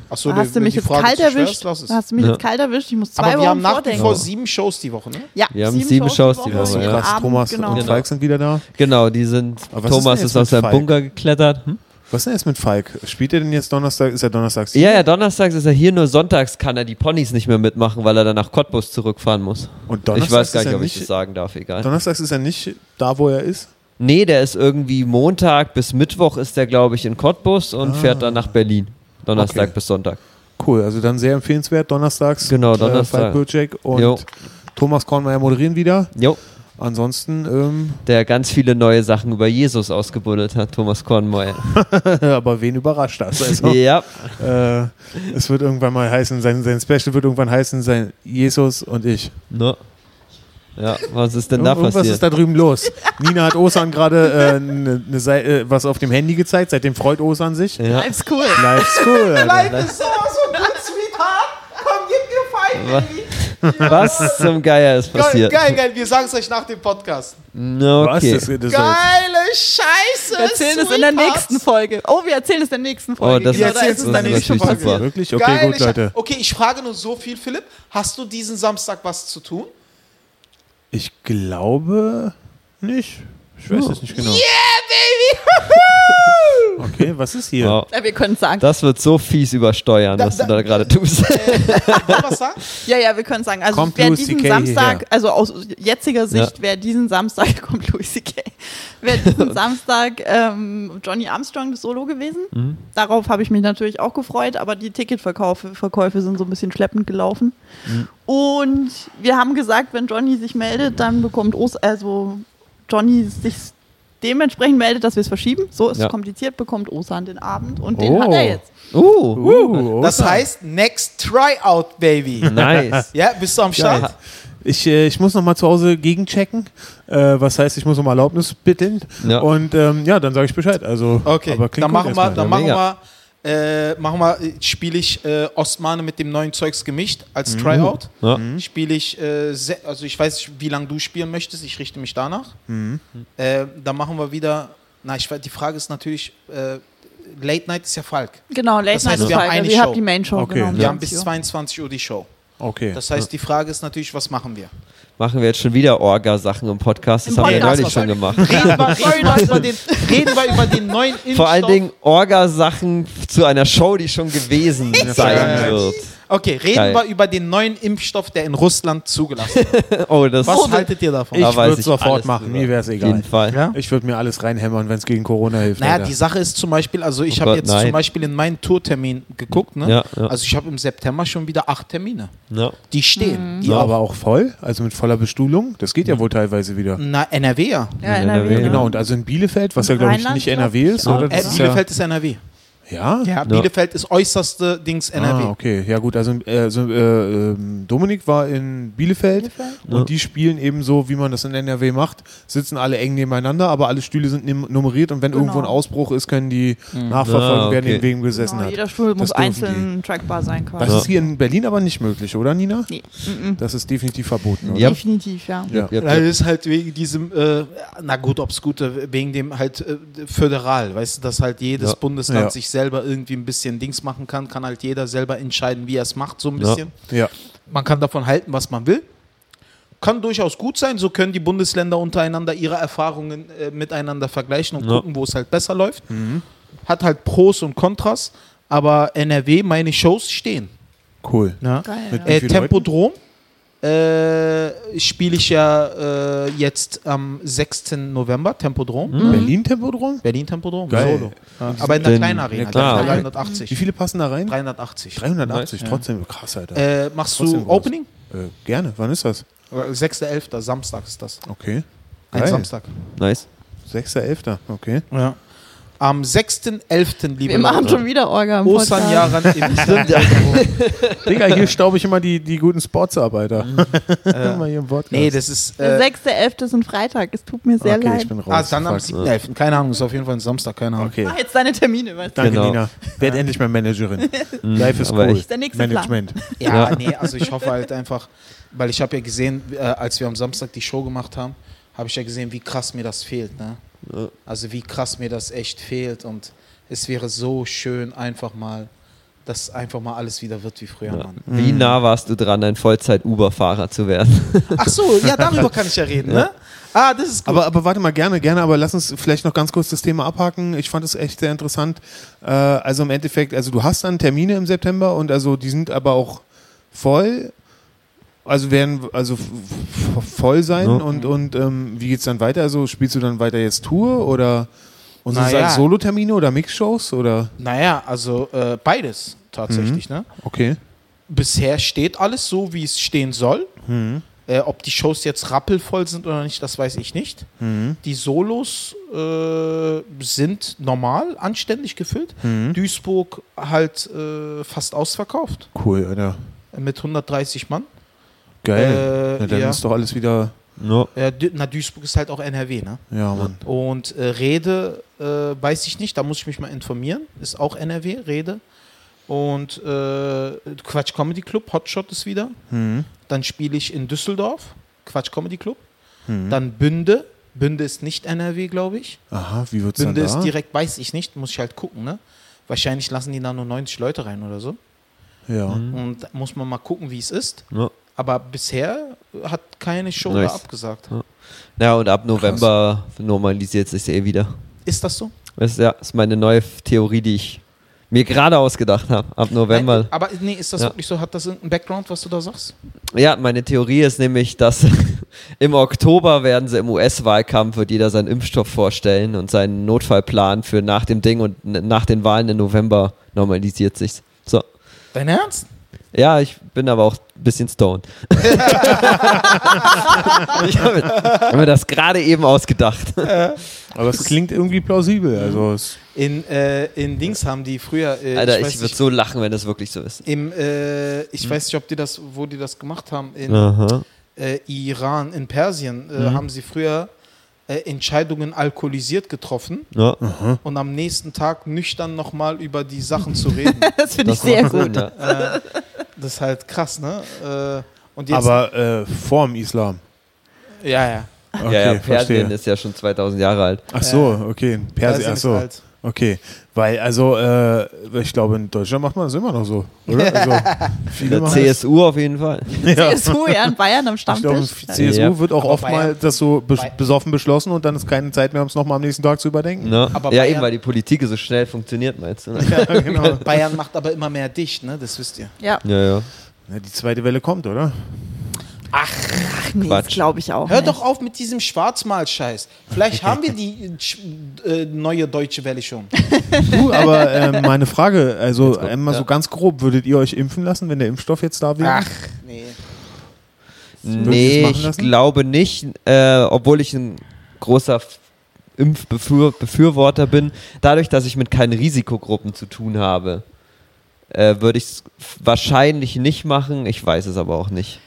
A: Achso,
D: hast du mich jetzt kalt erwischt?
A: Lass es.
D: Hast du mich
C: Ja.
D: jetzt kalt erwischt? Ich muss zwei
A: Aber wir haben
D: Wochen
A: nach wie
D: vordenken.
A: vor sieben Shows die Woche, ne?
D: Ja,
C: Wir haben sieben Shows die
B: Ja,
C: Woche,
B: so
D: und
C: ja.
B: krass.
D: Abend,
B: Thomas und
C: Genau.
B: Falk sind wieder da.
C: Genau, die sind.
B: Aber was
C: Thomas
B: ist denn jetzt
C: ist
B: mit
C: aus seinem
B: Falk?
C: Bunker geklettert. Hm?
B: Was ist denn jetzt mit Falk? Spielt er denn jetzt Donnerstag? Ist er Donnerstags?
C: Ja, ja, donnerstags ist er hier, nur sonntags kann er die Ponys nicht mehr mitmachen, weil er dann nach Cottbus zurückfahren muss.
B: Und
C: ich weiß gar
B: ist
C: nicht,
B: er
C: ob ich das sagen darf, egal.
B: Donnerstags ist er nicht da, wo er ist.
C: Nee, der ist irgendwie Montag bis Mittwoch ist der, glaube ich, in Cottbus und fährt dann nach Berlin. Donnerstag
B: Ah. Okay.
C: bis Sonntag.
B: Cool, also dann sehr empfehlenswert. Donnerstags.
C: Genau,
B: Äh,
C: Donnerstag.
B: Falk Bürcek und
C: Jo.
B: Thomas Kornmeier moderieren wieder.
C: Jo,
B: Ansonsten, ähm,
C: der ganz viele neue Sachen über Jesus ausgebuddelt hat, Thomas Kornmeier.
B: aber wen überrascht das? Also,
C: ja,
B: äh, es wird irgendwann mal heißen, sein, sein Special wird irgendwann heißen, sein Jesus und ich.
C: ne? Ja, was ist denn da
B: Irgendwas
C: passiert?
B: ist da drüben los. Nina hat Osan gerade äh, ne, ne Sei- äh, was auf dem Handy gezeigt, seitdem freut Osan sich.
C: ja.
D: Life's cool.
B: Life's cool. Alter.
A: Life is sowas von good, Sweetheart. Komm, gib mir
C: Wa-
A: Five, baby.
C: Was zum Geier ist
A: Geil,
C: passiert?
A: geil, geil. Wir sagen es euch nach dem Podcast.
C: Na,
B: Was?
C: Okay.
B: Das, das
A: Geile Scheiße.
D: Wir erzählen es in der nächsten Folge. Oh, wir erzählen es in der nächsten Folge.
C: Oh, das
A: Wir
D: genau, da
A: erzählen
D: ist
A: es
D: es
A: in der
D: dann nämlich
A: nächsten
D: schon
A: Folge.
C: super.
B: Wirklich? Okay,
A: Geile
B: gut,
A: Schei-
B: Leute.
A: Okay, ich frage nur so viel, Philipp. Hast du diesen Samstag was zu tun?
B: Ich glaube nicht. Ich
C: Oh.
B: weiß es nicht genau.
D: Äh,
B: Yeah, baby! okay, was ist hier?
C: Wow.
D: Ja, wir können es sagen.
C: Das wird so fies übersteuern,
A: Da-
C: was du
A: da-
C: da gerade tust.
A: Kann man was sagen?
D: ja, ja, wir können es sagen. Also
B: Kommt
D: wer
B: Louis
D: diesen
B: CK
D: Samstag,
B: hierher.
D: also aus jetziger Sicht, wer diesen Samstag, kommt Louis C.K., wer diesen Samstag ähm, Johnny Armstrong das Solo gewesen.
B: Mhm.
D: Darauf habe ich mich natürlich auch gefreut, aber die Ticketverkäufe Verkäufe sind so ein bisschen schleppend gelaufen.
B: Mhm.
D: Und wir haben gesagt, wenn Johnny sich meldet, dann bekommt Os also Johnny sich dementsprechend meldet, dass wir es verschieben. So ist
C: Ja.
D: es kompliziert, bekommt Osan den Abend und den hat
B: Oh.
D: er jetzt.
C: Uh,
B: Uh,
A: Das
B: Osan.
A: heißt, next tryout,
B: Mhm.
A: baby.
C: nice.
A: Ja, bist du am Start?
C: Geil.
B: ich, äh, ich muss noch mal zu Hause gegenchecken. Äh, was heißt, ich muss um Erlaubnis bitten.
C: Ja.
B: Und ähm, ja, dann sage ich Bescheid. Also,
A: Okay,
B: aber klingt
A: dann
B: gut
A: machen wir,
B: erstmal.
A: dann machen wir äh, machen wir, spiele ich äh, Osmane mit dem neuen Zeugs gemischt
B: Mhm.
A: als Tryout.
C: Ja.
A: Spiele ich, äh, se- also ich weiß nicht, wie lange du spielen möchtest, ich richte mich danach.
B: Mhm.
A: Äh, dann machen wir wieder, na, ich, weiß- die Frage ist natürlich, äh, Late Night ist ja Falk.
D: Genau, Late
A: Das heißt,
D: Night
A: wir haben
D: Spike.
A: eine
D: Also ihr
A: Show.
D: habt die Main Show
B: Okay.
D: genau. um
A: Wir haben
D: 20
A: bis
D: Uhr.
A: 22 Uhr die Show.
B: Okay.
A: Das heißt, die Frage ist natürlich, was machen wir?
C: Machen wir jetzt schon wieder Orga-Sachen im Podcast. Das
D: Im
C: haben wir
D: Podcast
C: neulich schon gemacht.
A: Reden wir,
D: Sorry,
A: reden wir, über,
D: Leute.
A: den, reden wir über den neuen Impfstoff.
C: Vor allen Dingen Orga-Sachen zu einer Show, die schon gewesen sein
A: Geil.
C: wird.
A: Okay, reden
C: Geil.
A: wir über den neuen Impfstoff, der in Russland zugelassen wird.
C: Oh, das
A: Was
C: auf
A: haltet ihr davon?
B: ich
C: da weiß
B: würde
C: ich
B: sofort
C: alles
B: machen,
C: drüber.
B: mir wäre es egal.
C: jeden Fall.
A: Ja?
B: Ich würde mir alles reinhämmern, wenn es gegen Corona hilft.
A: Naja,
B: Alter.
A: die Sache ist zum Beispiel, also ich
C: Oh
A: habe
C: Gott,
A: jetzt zum
C: nein.
A: Beispiel in meinen Tourtermin geguckt, ne?
C: Ja, ja.
A: Also ich habe im September schon wieder acht Termine.
C: Ja.
A: Die stehen. Die
B: ja,
A: auch,
B: aber auch voll, also mit voller Bestuhlung. Das
C: Mhm.
B: geht ja wohl teilweise wieder.
A: na, NRW ja.
C: in
D: Ja,
C: der
D: NRW,
C: Welt.
D: ne?
B: Genau, und also in Bielefeld, was ja glaube ich
D: Rheinland,
B: nicht
D: glaub
B: NRW ist, oder?
A: Äh,
B: Das ist
A: Bielefeld ist NRW.
B: ja, ja.
A: Ja, Bielefeld ist äußerste Dings NRW.
B: Ah, okay, ja gut, also, äh, so, äh, ähm, Dominik war in Bielefeld, und die spielen eben so, wie man das in NRW macht, sitzen alle eng nebeneinander, aber alle Stühle sind nim- nummeriert und wenn
D: Genau.
B: irgendwo ein Ausbruch ist, können die nachverfolgen,
C: Ah,
B: wer
C: okay.
B: neben wem gesessen
D: Genau,
B: hat.
D: jeder Stuhl muss
B: dürfen
D: einzeln trackbar sein
B: Das
D: quasi.
B: ist hier in Berlin aber nicht möglich, oder Nina?
D: Nee.
B: Das ist definitiv verboten, oder?
C: Ja.
D: Definitiv, ja.
B: Ja.
C: Ja,
A: Das
C: ja.
A: ist halt wegen diesem, äh, na gut, ob's gut, äh, wegen dem halt äh, föderal, weißt du, dass halt jedes
C: Ja.
A: Bundesland
B: Ja.
A: sich selber irgendwie ein bisschen Dings machen kann, kann halt jeder selber entscheiden, wie er es macht, so ein
C: Ja.
A: bisschen.
B: Ja.
A: Man kann davon halten, was man will. Kann durchaus gut sein, so können die Bundesländer untereinander ihre Erfahrungen äh, miteinander vergleichen und
C: Ja.
A: gucken, wo es halt besser läuft.
B: Mhm.
A: Hat halt Pros und Kontras, aber NRW, meine Shows stehen.
B: Cool.
A: Ne?
D: Geil.
B: Mit
D: ja.
B: wie
A: Äh,
B: vielen
A: Tempodrom äh, spiele ich ja äh, jetzt am 6. November, Tempodrom.
D: Mhm.
B: Leuten? Berlin Tempodrom?
A: Berlin Tempodrom,
B: Mhm. Geil.
A: Solo. Ja, aber in der
C: Den-
A: kleinen Arena,
B: Ja, klar.
A: der
B: Okay. Wie
A: 380.
B: viele passen da rein?
A: 380.
B: 380, trotzdem krass, Alter.
A: Äh, machst
B: Trotzdem
A: du
B: groß.
A: Opening?
B: Äh, gerne, wann ist das?
A: 6.11. Samstag ist das.
B: Okay.
A: Ein
B: Geil.
A: Samstag.
C: Nice.
B: 6.11. Okay.
A: Ja. Am 6.11., liebe
D: Wir machen schon wieder Orga im
A: Ostern
D: Podcast.
A: Jaran im Tempodrom.
B: Digga, hier staube ich immer die, die guten Spots ab, Alter. immer hier im Podcast.
A: Äh, Nee, das ist.
D: Der
A: Äh,
D: 6.11. ist ein Freitag. Es tut mir sehr
B: okay, ich
D: leid.
B: bin raus.
A: ah, dann am
B: Fuck.
A: 7.11. Keine Ahnung, ist auf jeden Fall ein Samstag, keine Ahnung.
B: Okay.
D: Mach jetzt deine Termine, weißt du?
B: Danke,
C: Genau.
B: Nina. Werd endlich mal Managerin. Life is
C: aber
B: cool.
C: echt.
D: Der nächste Plan.
B: Management.
A: Ja,
C: Ja.
A: nee, also ich hoffe halt einfach, weil ich habe ja gesehen, äh, als wir am Samstag die Show gemacht haben, habe ich ja gesehen, wie krass mir das fehlt. Ne?
C: Ja.
A: Also wie krass mir das echt fehlt und es wäre so schön einfach mal, dass einfach mal alles wieder wird wie früher. Mann.
C: Wie nah warst du dran, ein Vollzeit-Uber-Fahrer zu werden?
A: Ach so, ja, darüber kann ich ja reden. Ne? Ah, das ist gut.
B: Aber, aber warte mal, gerne, gerne, aber lass uns vielleicht noch ganz kurz das Thema abhaken. Ich fand es echt sehr interessant. Äh, also im Endeffekt, also du hast dann Termine im September und also die sind aber auch voll. Also werden also f- f- voll sein
C: Ja.
B: und, und ähm, wie geht's dann weiter? Also spielst du dann weiter jetzt Tour oder und sind es
A: Naja.
B: halt Solo-Termine oder Mixshows oder
A: naja, also äh, beides tatsächlich. Ne?
B: okay.
A: Bisher steht alles so, wie es stehen soll. Äh, ob die Shows jetzt rappelvoll sind oder nicht, das weiß ich nicht. Die Solos äh, sind normal, anständig gefüllt. Duisburg halt äh, fast ausverkauft äh,
B: Cool, Alter.
A: mit 130 Mann. Äh,
B: Geil. Na, dann
A: ja.
B: ist doch alles wieder.
C: No.
A: Ja, Dü- na, Duisburg ist halt auch NRW, ne?
B: Ja, Mann.
A: Und äh, Rede äh, weiß ich nicht, da muss ich mich mal informieren. Ist auch NRW, Rede. Und äh, Quatsch Comedy Club, Hotshot ist wieder. Dann spiele ich in Düsseldorf, Quatsch Comedy Club.
C: Mhm.
A: Dann Bünde. Bünde ist nicht NRW, glaube ich.
B: Aha, wie wird's
A: Bünde
B: dann
A: ist
B: da?
A: direkt, weiß ich nicht, muss ich halt gucken, ne? Wahrscheinlich lassen die da nur 90 Leute rein oder so.
B: ja.
C: Mhm.
A: Und da muss man mal gucken, wie es ist.
C: No.
A: Aber bisher hat keine Show
C: Nice.
A: da abgesagt.
C: Ja, und ab November normalisiert sich eh wieder.
A: Ist das so?
C: Das ist, ja, ist meine neue Theorie, die ich mir gerade ausgedacht habe. Ab November.
A: Nein, aber nee, ist das
C: Ja.
A: wirklich so? Hat das irgendeinen Background, was du da sagst?
C: Ja, meine Theorie ist nämlich, dass im Oktober werden sie im US-Wahlkampf, wird jeder seinen Impfstoff vorstellen und seinen Notfallplan für nach dem Ding und n- nach den Wahlen im November normalisiert sich. So.
A: Dein Ernst?
C: Ja, ich bin aber auch ein bisschen stoned. ich habe mir, hab mir das gerade eben ausgedacht.
B: Aber es klingt irgendwie plausibel. Also es
A: In, äh, in Dings haben die früher. Äh,
C: Alter,
A: ich,
C: ich,
A: weiß
C: würde
A: nicht,
C: so Hm? lachen, wenn das wirklich so ist.
A: im, äh, ich weiß nicht, ob die das, wo die das gemacht haben. In
C: Aha.
B: Mhm.
A: äh, Iran, in Persien äh, haben sie früher äh, Entscheidungen alkoholisiert getroffen
C: Ja,
B: Hm.
A: und am nächsten Tag nüchtern nochmal über die Sachen zu reden.
D: Das finde ich
C: das
D: sehr
C: macht
D: gut.
C: Sinn, ja.
A: äh, das ist halt krass, ne? Äh, und jetzt,
B: Aber äh, vorm Islam.
A: ja, ja.
B: Okay,
C: ja, ja, Persien
B: verstehe.
C: ist ja schon 2000 Jahre alt.
B: Ach so, okay. Persien,
A: Persien
B: ach
A: ist
B: so.
A: alt.
B: Okay, weil also äh, ich glaube in Deutschland macht man das immer noch so, oder? Also, viele
C: Der
B: machen das-
C: CSU auf jeden Fall.
B: Ja.
D: CSU ja in Bayern am
B: Ich glaube,
D: Stammtisch.
B: CSU
C: Ja.
B: wird auch
A: Aber
B: oft mal
A: Bayern-
B: das so bes
A: Bayern-
B: besoffen beschlossen und dann ist keine Zeit mehr, um es nochmal am nächsten Tag zu überdenken.
C: Ne?
A: Aber
C: Ja,
A: Bayern-
C: eben, weil die Politik so schnell funktioniert, meinst du? Ne?
B: Ja, genau.
A: halt. Bayern macht aber immer mehr dicht, ne? Das wisst ihr.
D: ja,
C: Ja, ja.
B: Ja, die zweite Welle kommt, oder?
D: ach nee, das
C: Quatsch.
D: glaube ich auch.
B: Oh,
A: Hör
D: nicht.
A: doch auf mit diesem Schwarzmal-Scheiß. Vielleicht haben wir die äh, Sch- äh, neue deutsche Welle schon.
B: Du, aber ähm, meine Frage, also einmal
C: ja.
B: so ganz grob, würdet ihr euch impfen lassen, wenn der Impfstoff jetzt da wäre?
A: Ach, nee.
B: ihr
C: Nee,
B: das machen
C: ich
B: lassen?
C: glaube nicht, äh, obwohl ich ein großer F- Impfbefürworter bin. Dadurch, dass ich mit keinen Risikogruppen zu tun habe, äh, würde ich es wahrscheinlich nicht machen. Ich weiß es aber auch nicht.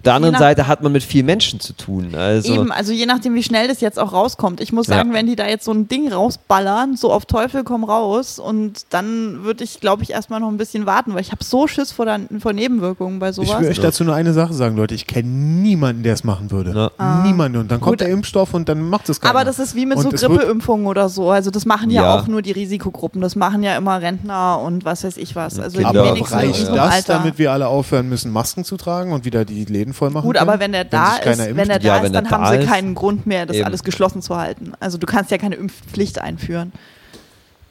C: Auf der anderen
D: nach-
C: Seite hat man mit vielen Menschen zu tun. Also,
D: Eben, also je nachdem, wie schnell das jetzt auch rauskommt. Ich muss
C: Ja.
D: sagen, wenn die da jetzt so ein Ding rausballern, so auf Teufel komm raus, und dann würde ich, glaube ich, erstmal noch ein bisschen warten, weil ich habe so Schiss vor, der, vor Nebenwirkungen bei
B: Ich will
D: sowas.
B: euch dazu nur eine Sache sagen, Leute. Ich kenne niemanden, der es machen würde.
C: Ja.
B: Niemanden. Und dann kommt der Impfstoff und dann macht es keiner.
D: Ah. Aber das ist wie mit
B: Genau. Und
D: so
B: es wird-
D: Grippeimpfungen oder so. Also das machen ja,
C: Ja.
D: auch nur die Risikogruppen. Das machen ja immer Rentner und was weiß ich was. Also
C: Kinder.
D: die
B: Aber
D: wenigsten in
C: reicht
B: reicht
D: unserem
B: das,
D: Alter.
B: damit wir alle aufhören müssen, Masken zu tragen und wieder die Läden voll machen?
D: Gut,
B: können,
D: aber wenn der da
B: sich
D: ist,
B: keiner
D: wenn
B: impft?
D: der da
C: Ja,
D: ist,
C: wenn
D: dann
C: der
D: haben
C: da
D: sie
C: ist.
D: keinen Grund mehr, das
C: Eben.
D: alles geschlossen zu halten. Also du kannst ja keine Impfpflicht einführen.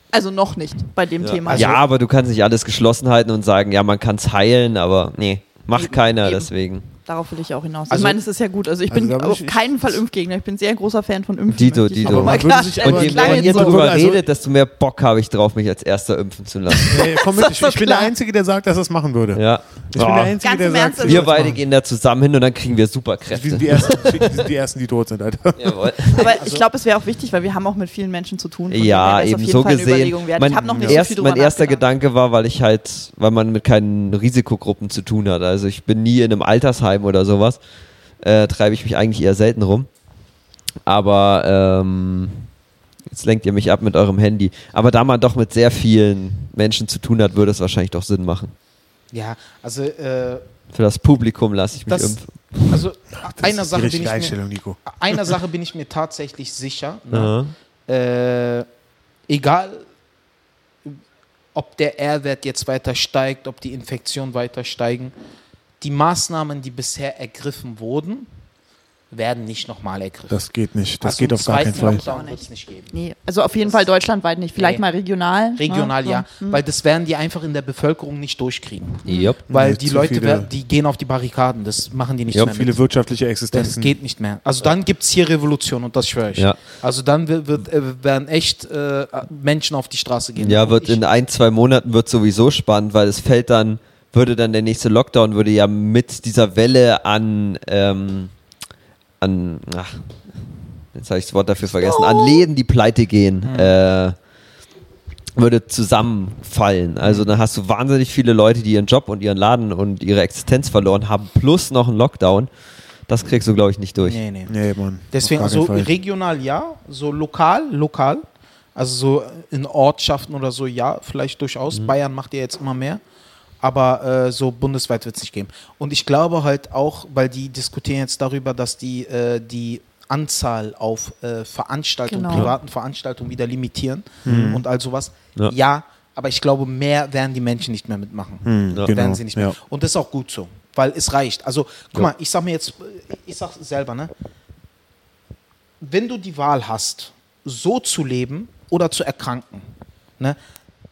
D: Also noch nicht bei dem Thema.
C: ja, Also aber du kannst nicht alles geschlossen halten und sagen, ja, man kann es heilen, aber nee, macht
D: Eben,
C: keiner
D: eben.
C: deswegen.
D: Darauf will ich auch hinaus.
A: Also-
D: ich meine, es ist ja gut. Also ich bin
B: Also da bin
D: auf
B: ich-
D: keinen Fall Impfgegner. Ich bin ein sehr großer Fan von Impfen.
C: Dito,
D: möchte ich
C: Dito.
D: auch mal
B: Aber man würde sich- Aber
D: klarstellen.
C: Und
D: Das
C: je
B: die
D: klang
C: mehr
B: meinen
C: ihr
D: jetzt so.
C: drüber
B: Also-
C: redet, desto mehr Bock habe ich drauf, mich als Erster impfen zu lassen.
B: Nee, komm mit, ich,
D: so
B: ich bin der
D: klar.
B: Einzige, der sagt, dass er es machen würde.
C: ja.
B: Ich bin
C: Oh.
B: der Einzige,
D: Ganz
B: der
D: im
B: sagt,
D: Ernst,
B: ich
C: Wir
B: würd's
C: beide
B: machen.
C: gehen da zusammen hin und dann kriegen wir
B: Wir
C: Superkräfte.
B: sind die ersten, die, sind die ersten, die tot sind, Alter.
C: Jawohl.
D: Aber ich glaube, es wäre auch wichtig, weil wir haben auch mit vielen Menschen zu tun. Von
C: Also Ja,
D: daher wäre es auf
C: eben
D: jeden
C: so
D: Fall eine
C: gesehen.
D: Überlegung wert.
C: Mein,
D: ich habe noch nicht
C: erst,
D: so viel drüber
C: mein erster
D: nachgedacht.
C: Gedanke war, weil ich halt, weil man mit keinen Risikogruppen zu tun hat. Also ich bin nie in einem Altersheim oder sowas. Äh, treibe ich mich eigentlich eher selten rum. Aber ähm, jetzt lenkt ihr mich ab mit eurem Handy. Aber da man doch mit sehr vielen Menschen zu tun hat, würde es wahrscheinlich doch Sinn machen.
A: Ja, also, äh,
C: Für das Publikum lasse ich mich
A: Das-
C: impfen.
A: also einer,
B: das ist die
A: Sache bin
B: richtige
A: ich mir,
B: Einstellung, Nico.
A: einer Sache bin ich mir tatsächlich sicher. Ne?
C: Ja.
A: äh, egal, ob der R-Wert jetzt weiter steigt, ob die Infektionen weiter steigen, die Maßnahmen, die bisher ergriffen wurden, werden nicht nochmal ergriffen.
B: Das geht nicht. Das
A: Also
B: geht
A: einen
B: auf gar keinen
A: zweiten
B: Fall.
A: Lockdown wird es nicht geben.
D: Nee, also auf jeden Fall deutschlandweit nicht. Vielleicht
A: Nee.
D: mal regional. ne?
A: Regional
D: So.
A: ja, weil das werden die einfach in der Bevölkerung nicht durchkriegen.
C: Jupp.
A: Weil
B: Ja,
A: die
B: zu
A: Leute,
B: viele-
A: werden- die gehen auf die Barrikaden, das machen die nicht
C: Ja,
A: mehr.
B: Viele
A: Mit.
B: wirtschaftliche
A: Das
B: Existenzen.
A: geht nicht mehr. Also dann gibt es hier Revolution und das schwöre ich.
C: Ja.
A: Also dann wird, wird, äh, werden echt äh, Menschen auf die Straße gehen.
C: Ja,
A: Und
C: wird
A: ich-
C: in ein, zwei Monaten wird sowieso spannend, weil es fällt dann, würde dann der nächste Lockdown, würde ja mit dieser Welle an, ähm, an, ach, jetzt habe ich das Wort dafür vergessen,
A: Oh.
C: an Läden, die pleite gehen,
A: Hm.
C: äh, würde zusammenfallen. Also dann hast du wahnsinnig viele Leute, die ihren Job und ihren Laden und ihre Existenz verloren haben, plus noch einen Lockdown. Das kriegst du, glaube ich, nicht durch.
A: Nee, nee.
B: Nee, Mann.
A: Deswegen,
B: Auf gar
A: also
B: keinen Fall.
A: regional ja, so lokal, lokal, also so in Ortschaften oder so ja, vielleicht durchaus.
B: Mhm.
A: Bayern macht ja jetzt immer mehr, aber äh, so bundesweit wird es nicht geben. Und ich glaube halt auch, weil die diskutieren jetzt darüber, dass die äh, die Anzahl auf äh, Veranstaltungen,
D: Genau.
A: privaten Veranstaltungen wieder limitieren
B: Mhm.
A: und all sowas. Ja.
C: Ja.
A: aber ich glaube, mehr werden die Menschen nicht mehr mitmachen.
B: Hm,
C: Ja.
B: genau.
A: werden sie nicht mehr.
B: Ja.
A: Und das ist auch gut so, weil es reicht. Also, guck mal, ich sag mir jetzt, ich sag selber, ne? Wenn du die Wahl hast, so zu leben oder zu erkranken, ne?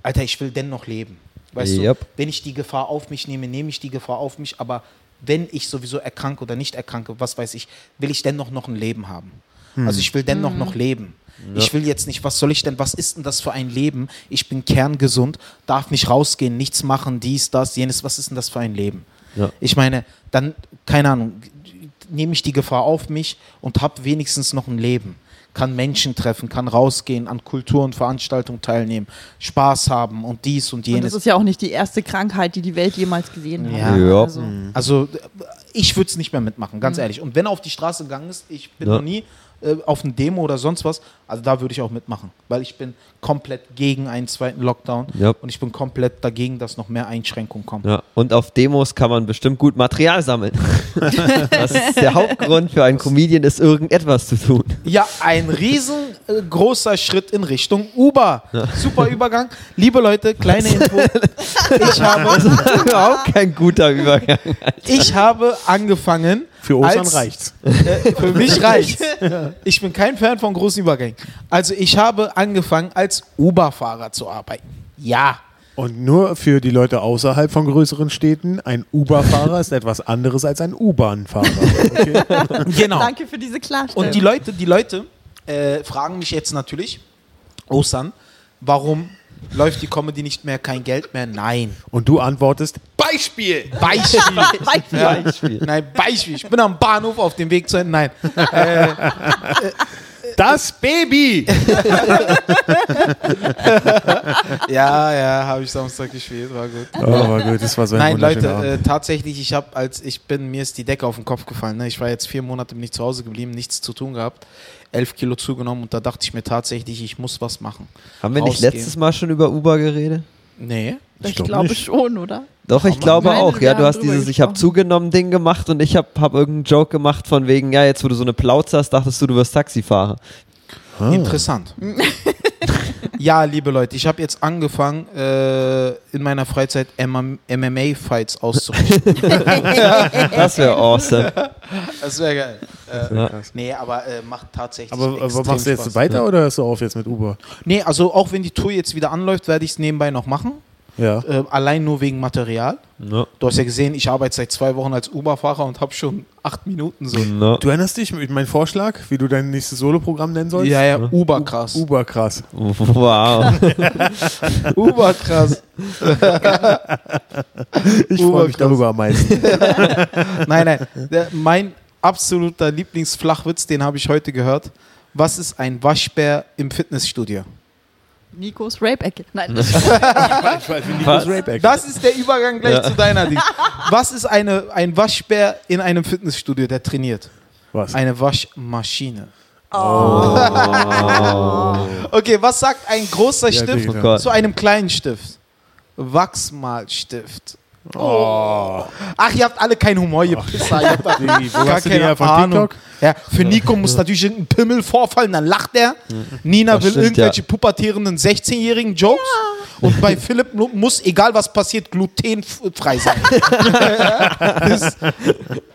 A: Alter, ich will dennoch leben. Weißt
C: Yep.
A: du, wenn ich die Gefahr auf mich nehme, nehme ich die Gefahr auf mich, aber wenn ich sowieso erkranke oder nicht erkranke, was weiß ich, will ich dennoch noch ein Leben haben. Also ich will dennoch
D: Hm.
A: noch leben. Ich will jetzt nicht, was soll ich denn, was ist denn das für ein Leben? Ich bin kerngesund, darf nicht rausgehen, nichts machen, dies, das, jenes, was ist denn das für ein Leben?
C: Ja.
A: Ich meine, dann, keine Ahnung, nehme ich die Gefahr auf mich und habe wenigstens noch ein Leben. kann Menschen treffen, kann rausgehen, an Kultur und Veranstaltungen teilnehmen, Spaß haben und dies und
D: Und das
A: jenes.
D: ist ja auch nicht die erste Krankheit, die die Welt jemals gesehen hat.
A: Ja.
C: Ja.
D: Also,
A: also äh, ich würde es nicht mehr mitmachen,
B: Mhm.
A: ganz ehrlich. Und wenn er auf die Straße gegangen ist, ich bin
C: Ja.
A: noch nie äh, auf eine Demo oder sonst was, also da würde ich auch mitmachen, weil ich bin komplett gegen einen zweiten Lockdown
C: Ja.
A: und ich bin komplett dagegen, dass noch mehr Einschränkungen kommen.
C: Ja, und auf Demos kann man bestimmt gut Material sammeln. das ist der Hauptgrund für einen Comedian, ist irgendetwas zu tun.
A: Ja, ein riesengroßer Schritt in Richtung Uber. Super Übergang. Liebe Leute, kleine Info. Ich habe,
C: Überhaupt kein guter Übergang.
A: ich habe angefangen.
B: Für Ostern
A: als-
B: reicht's.
A: Äh, für mich reicht. Ich bin kein Fan von großen Übergängen. Also ich habe angefangen, als Uber-Fahrer zu arbeiten. Ja.
B: Und nur für die Leute außerhalb von größeren Städten, ein Uber-Fahrer ist etwas anderes als ein U-Bahn-Fahrer. Okay?
A: Genau.
D: danke für diese Klarstellung.
A: Und die Leute, die Leute äh, fragen mich jetzt natürlich, Osan, warum läuft die Comedy nicht mehr, kein Geld mehr? Nein.
B: Und du antwortest,
A: Beispiel. Beispiel. Ja. Nein, Beispiel. Ich bin am Bahnhof auf dem Weg zu Ende. Nein.
B: das Baby!
A: Ja, ja, habe ich Samstag gespielt, war gut.
B: Oh, war gut, das war so ein
A: Nein, Leute,
B: wunderschöner Abend.
A: äh, tatsächlich, ich habe, als ich bin, mir ist die Decke auf den Kopf gefallen. Ne? Ich war jetzt vier Monate nicht zu Hause geblieben, nichts zu tun gehabt, elf Kilo zugenommen und da dachte ich mir tatsächlich, ich muss was machen.
C: Haben wir nicht
A: Rausgehen.
C: letztes Mal schon über Uber geredet?
A: Nee.
D: ich,
B: glaub
D: glaube
B: nicht.
D: schon, oder?
C: Doch, ich glaube
D: Nein,
C: auch,
D: wir
C: ja. Du
D: haben
C: hast
D: drüber
C: dieses Ich habe
D: gesprochen.
C: zugenommen Ding gemacht und ich habe hab irgendeinen Joke gemacht von wegen, ja, jetzt wo du so eine Plauze hast, dachtest du, du wirst Taxifahrer.
B: Ah.
A: Interessant. ja, liebe Leute, ich habe jetzt angefangen, äh, in meiner Freizeit MMA-Fights auszurichten.
C: Das wäre awesome.
A: Das wäre geil. Äh,
C: Ja.
A: nee, aber äh, macht tatsächlich.
B: Aber, aber
A: extrem
B: machst du jetzt
A: Spaß.
B: weiter oder hörst du auf jetzt mit Uber?
A: Nee, also auch wenn die Tour jetzt wieder anläuft, werde ich es nebenbei noch machen.
B: Ja.
A: Äh, allein nur wegen Material.
C: No.
A: Du hast ja gesehen, ich arbeite seit zwei Wochen als Uber-Fahrer und habe schon acht Minuten so.
C: No.
B: Du erinnerst dich mit meinem Vorschlag, wie du dein nächstes Solo-Programm nennen sollst?
A: Ja, ja, Uber-krass.
B: Uber krass.
C: Wow.
A: Uber-krass.
B: Ich
A: Uber
B: freue mich
A: krass.
B: darüber am meisten.
A: Nein, nein. Der, mein absoluter Lieblingsflachwitz, den habe ich heute gehört. Was ist ein Waschbär im Fitnessstudio?
D: Nikos Rape-Ecke. Nein,
C: Was?
A: Das ist der Übergang gleich
C: Ja.
A: zu deiner Ding. Was ist eine, ein Waschbär in einem Fitnessstudio, der trainiert?
B: Was?
A: Eine Waschmaschine.
B: Oh.
A: Okay, was sagt ein großer
B: Ja,
A: Stift
B: Digga.
C: Oh Gott.
A: zu einem kleinen Stift? Wachsmalstift.
B: Oh.
A: Ach, ihr habt alle keinen Humor, ihr Pisser. Ihr habt
B: Digi, wo
A: gar
B: hast du die
A: keine
B: her? Von
A: Ahnung.
B: TikTok?
A: Ja, für Nico muss natürlich irgendein Pimmel vorfallen, dann lacht er. Nina
C: Mhm. Das
A: will
C: stimmt,
A: irgendwelche pubertierenden 16-jährigen Jokes. Und bei Philipp mu- muss, egal was passiert, glutenfrei sein. das,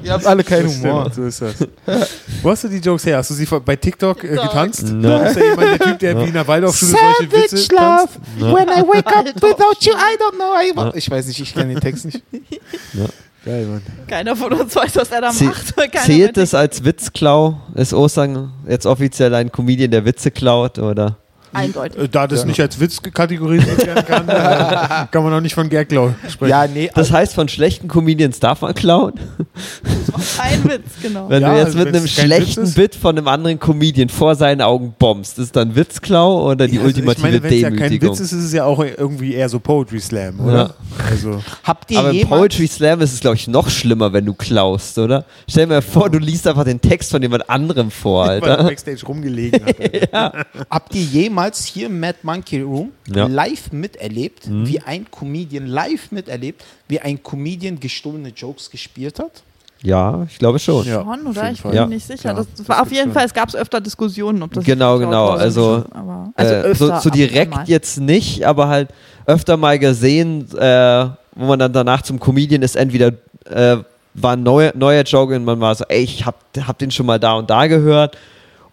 A: ihr habt alle keinen Humor.
B: Stimmt, so ist das. Wo hast du die Jokes her? Hast du sie von- bei TikTok äh, getanzt?
C: No.
B: Ist da jemand, der Typ, der wie in der Waldorfschule solche Witze tanzt?
A: when I wake up without you, I don't know. I wa- ich weiß nicht, ich kenne den Text nicht.
B: Geil, Mann.
D: keiner von uns weiß, was er da
C: Zäh-
D: macht. Keiner
C: Zählt
D: weiß-
C: es als Witzklau? Ist Ostern jetzt offiziell ein Comedian, der Witze klaut? Oder?
D: Eindeutig.
B: Äh, Da das nicht als Witz kategorisiert werden kann, äh, kann man auch nicht von Gerglau sprechen.
A: Ja,
B: Also
A: nee,
C: Das heißt, von schlechten Comedians darf man klauen?
D: Kein Witz, genau.
C: Wenn
B: Ja,
C: du jetzt
B: also
C: mit
B: wenn's kein
C: einem
B: Witz
C: schlechten
B: ist.
C: Bit von einem anderen Comedian vor seinen Augen bombst, ist dann Witzklau oder die
B: Ja, also
C: ultimative
B: ich meine, wenn es ja kein
C: Demütigung?
B: Witz ist, ist es ja auch irgendwie eher so Poetry Slam, oder? Also,
A: habt ihr
C: Aber im
A: jemals...
C: Poetry Slam ist es, glaube ich, noch schlimmer, wenn du klaust, oder? Stell dir mal vor, du liest einfach den Text von jemand anderem vor,
B: weil er
C: Alter.
B: Backstage rumgelegen hat.
A: Habt ihr jemals hier im Mad Monkey Room
C: Ja.
A: live miterlebt, wie ein Comedian live miterlebt, wie ein Comedian gestohlene Jokes gespielt hat?
C: Ja, ich glaube schon.
B: Ja,
D: Schon,
B: auf
D: oder?
B: jeden
D: Ich
B: Fall.
D: bin
C: Ja.
D: mir nicht sicher.
B: Ja,
D: das,
B: das
D: war auf
B: gibt's
D: jeden
B: schon.
D: Fall, es gab es öfter Diskussionen, ob das
C: Genau,
D: geklaut
C: genau,
D: war oder
C: also,
D: nicht. aber, also
C: äh,
D: öfter,
C: so, so
D: ab und an
C: direkt
D: mal.
C: jetzt nicht, aber halt öfter mal gesehen, äh, wo man dann danach zum Comedian ist, entweder äh, war ein neuer, neuer Joke und man war so, ey, ich hab, hab den schon mal da und da gehört.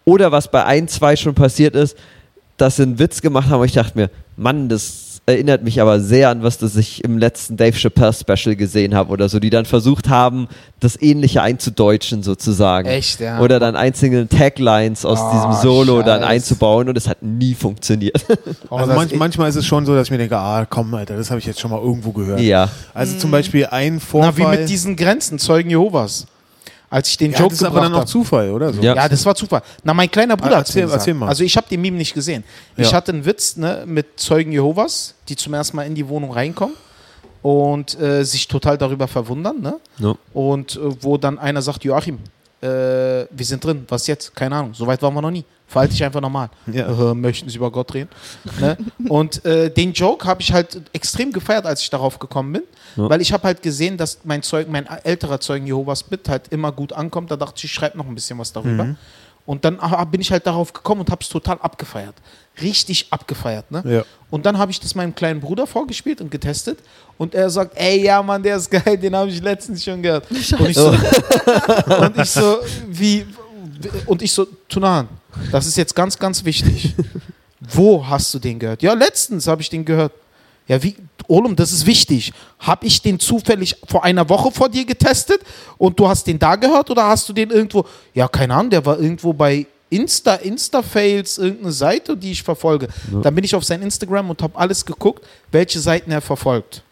C: Oder was bei ein, zwei schon passiert ist, dass sie einen Witz gemacht haben und ich dachte mir, Mann, das erinnert mich aber sehr an was, das ich im letzten Dave Chappelle Special gesehen habe oder so, die dann versucht haben, das Ähnliche einzudeutschen sozusagen.
A: Echt, ja.
C: Oder dann einzelne Taglines aus
A: Oh,
C: diesem Solo dann
A: scheiß.
C: einzubauen und es hat nie funktioniert.
B: Also manch, manchmal ist es schon so, dass ich mir denke, ah, komm, Alter, das habe ich jetzt schon mal irgendwo gehört.
C: ja.
B: Also zum Beispiel ein
A: na,
B: Vorfall.
A: wie mit diesen Grenzen, Zeugen Jehovas. als ich den
B: Ja,
A: Joke
B: das ist aber
A: gebracht
B: dann auch
A: habe.
B: Zufall, oder? So.
C: Ja.
A: Ja, das war Zufall. Na, mein kleiner Bruder hat's
B: Ah, Erzähl-
A: mir gesagt.
B: erzähl mal.
A: Also ich habe den Meme nicht gesehen. Ich
B: Ja.
A: hatte einen Witz ne, mit Zeugen Jehovas, die zum ersten Mal in die Wohnung reinkommen und äh, sich total darüber verwundern. Ne?
C: Ja.
A: Und äh, wo dann einer sagt, Joachim, äh, wir sind drin, was jetzt? Keine Ahnung, so weit waren wir noch nie. Verhalte dich einfach normal.
B: Ja.
A: Äh, möchten Sie über Gott reden? ne? Und äh, den Joke habe ich halt extrem gefeiert, als ich darauf gekommen bin,
C: Ja.
A: weil ich habe halt gesehen, dass mein Zeug, mein älterer Zeugen Jehovas mit halt immer gut ankommt. Da dachte ich, ich schreibe noch ein bisschen was darüber.
B: Mhm.
A: Und dann ah, bin ich halt darauf gekommen und habe es total abgefeiert. Richtig abgefeiert. Ne?
B: Ja.
A: Und dann habe ich das meinem kleinen Bruder vorgespielt und getestet. Und er sagt, ey, ja, Mann, der ist geil, den habe ich letztens schon gehört. Und ich so, und ich so, wie, und ich so, Tunan, das ist jetzt ganz, ganz wichtig. Wo hast du den gehört? Ja, letztens habe ich den gehört. Ja, wie, Olum, das ist wichtig. Habe ich den zufällig vor einer Woche vor dir getestet und du hast den da gehört oder hast du den irgendwo? Ja, keine Ahnung, der war irgendwo bei Insta, Insta-Fails, irgendeine Seite, die ich verfolge. Dann bin ich auf sein Instagram und habe alles geguckt, welche Seiten er verfolgt.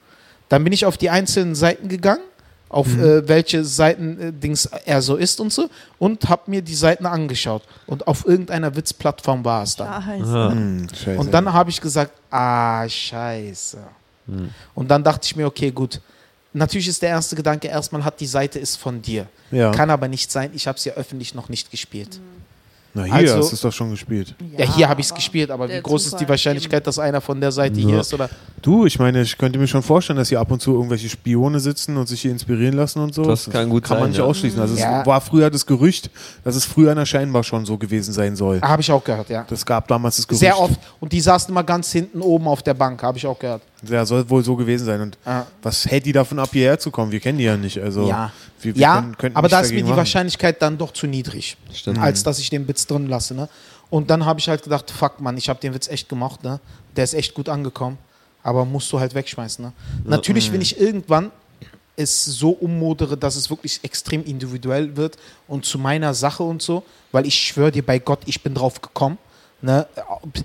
A: Dann bin ich auf die einzelnen Seiten gegangen, auf äh, welche Seiten äh, Dings er so ist und so und habe mir die Seiten angeschaut. Und auf irgendeiner Witzplattform war es dann.
D: Scheiße.
B: Hm, scheiße.
A: Und dann habe ich gesagt, ah, scheiße.
B: Hm.
A: Und dann dachte ich mir, okay, gut. Natürlich ist der erste Gedanke erstmal, hat die Seite ist von dir.
B: Ja.
A: Kann aber nicht sein, ich habe es ja öffentlich noch nicht gespielt.
B: Na, hier
A: also-
B: hast du es doch schon gespielt.
A: Ja, hier habe ich es
D: Hm. aber
A: gespielt, aber wie
D: der
A: groß ist
D: Zufall
A: die Wahrscheinlichkeit, dass einer von der Seite hier
C: Ja.
A: ist? Oder?
B: Du, ich meine, ich könnte mir schon vorstellen, dass hier ab und zu irgendwelche Spione sitzen und sich hier inspirieren lassen und so.
C: Das kann gut
B: Kann
C: sein,
B: man nicht
C: ja.
B: ausschließen. Also es
A: Ja.
B: war früher das Gerücht, dass es früher einer scheinbar schon so gewesen sein soll.
A: Habe ich auch gehört, ja.
B: Das gab damals das Gerücht.
A: Ah. Sehr oft. Und die saßen immer ganz hinten oben auf der Bank, habe ich auch gehört.
B: Ja, soll wohl so gewesen sein. Und
A: Ah.
B: was hält die davon ab, hierher zu kommen? Wir kennen die ja nicht. Also
A: Ja,
B: wir, wir
A: ja
B: können, könnten
A: aber
B: nichts
A: da ist mir die
B: dagegen machen.
A: Wahrscheinlichkeit dann doch zu niedrig,
C: Stimmt.
A: als dass ich den Witz drin lasse. Ne? Und dann habe ich halt gedacht, fuck Mann, ich habe den Witz echt gemacht, ne? der ist echt gut angekommen, aber musst du halt wegschmeißen. Ne? Natürlich, wenn ich irgendwann es so ummodere, dass es wirklich extrem individuell wird und zu meiner Sache und so, weil ich schwöre dir bei Gott, ich bin drauf gekommen. Ne,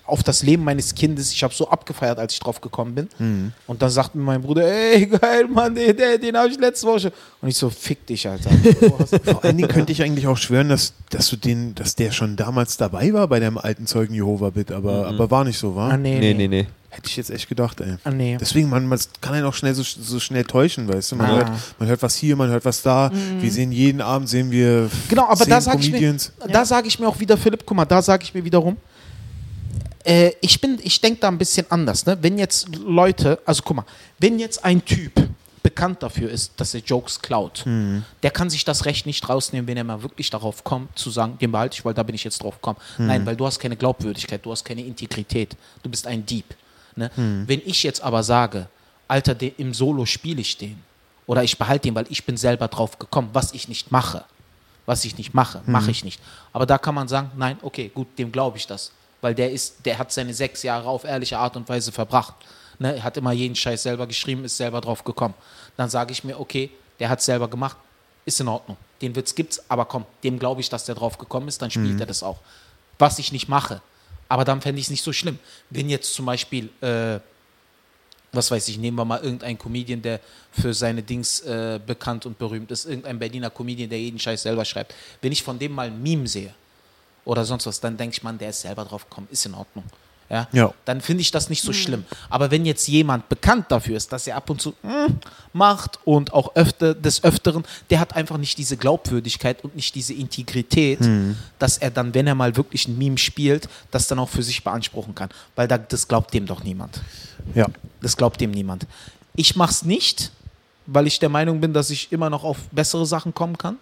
A: auf das Leben meines Kindes. Ich habe so abgefeiert, als ich drauf gekommen bin. Und dann sagt mir mein Bruder, ey, geil, Mann, den, den, den habe ich letzte Woche. schon." Und ich so, fick dich, Alter. Du hast-
B: Vor allen Dingen könnte ich eigentlich auch schwören, dass, dass, du den, dass der schon damals dabei war bei deinem alten Zeugen Jehova-Bit, aber,
C: Mhm.
B: aber war nicht so, war?
A: ah, nee,
C: Nee, nee, nee.
B: Hätte ich jetzt echt gedacht, ey.
A: Ah, nee.
B: Deswegen, man, man kann einen auch schnell so, so schnell täuschen, weißt du? Man,
A: Ah. Mhm.
B: hört, man hört was hier, man hört was da. Wir sehen jeden Abend, sehen wir
A: Genau, aber
B: zehn
A: da sage ich, mir-
B: Comedians.
A: da sag ich mir auch wieder, Philipp, guck mal, da sage ich mir wiederum, äh, ich, bin- ich denke da ein bisschen anders. Ne? Wenn jetzt Leute, also guck mal, wenn jetzt ein Typ bekannt dafür ist, dass er Jokes klaut,
B: Hm.
A: der kann sich das Recht nicht rausnehmen, wenn er mal wirklich darauf kommt, zu sagen, den behalte ich, weil da bin ich jetzt drauf gekommen.
B: Hm.
A: Nein, weil du hast keine Glaubwürdigkeit, du hast keine Integrität, du bist ein Dieb. Ne?
B: Hm.
A: Wenn ich jetzt aber sage, Alter, de- im Solo spiele ich den oder ich behalte den, weil ich bin selber drauf gekommen, was ich nicht mache, was ich nicht mache, mache ich nicht. Aber da kann man sagen, nein, okay, gut, dem glaube ich das, weil der ist, der hat seine sechs Jahre auf ehrliche Art und Weise verbracht. Ne, er hat immer jeden Scheiß selber geschrieben, ist selber drauf gekommen. Dann sage ich mir, okay, der hat selber gemacht, ist in Ordnung. Den Witz gibt's, aber komm, dem glaube ich, dass der drauf gekommen ist, dann spielt er das auch. Was ich nicht mache. Aber dann fände ich es nicht so schlimm. Wenn jetzt zum Beispiel äh, was weiß ich, nehmen wir mal irgendeinen Comedian, der für seine Dings äh, bekannt und berühmt ist, irgendein Berliner Comedian, der jeden Scheiß selber schreibt. Wenn ich von dem mal ein Meme sehe oder sonst was, dann denke ich, man, der ist selber drauf gekommen, ist in Ordnung. Ja?
B: Ja.
A: Dann finde ich das nicht so schlimm. Aber wenn jetzt jemand bekannt dafür ist, dass er ab und zu mm, macht und auch öfter, des Öfteren, der hat einfach nicht diese Glaubwürdigkeit und nicht diese Integrität, dass er dann, wenn er mal wirklich ein Meme spielt, das dann auch für sich beanspruchen kann. Weil da, das glaubt dem doch niemand.
B: Ja.
A: Das glaubt dem niemand. Ich mach's nicht, weil ich der Meinung bin, dass ich immer noch auf bessere Sachen kommen kann.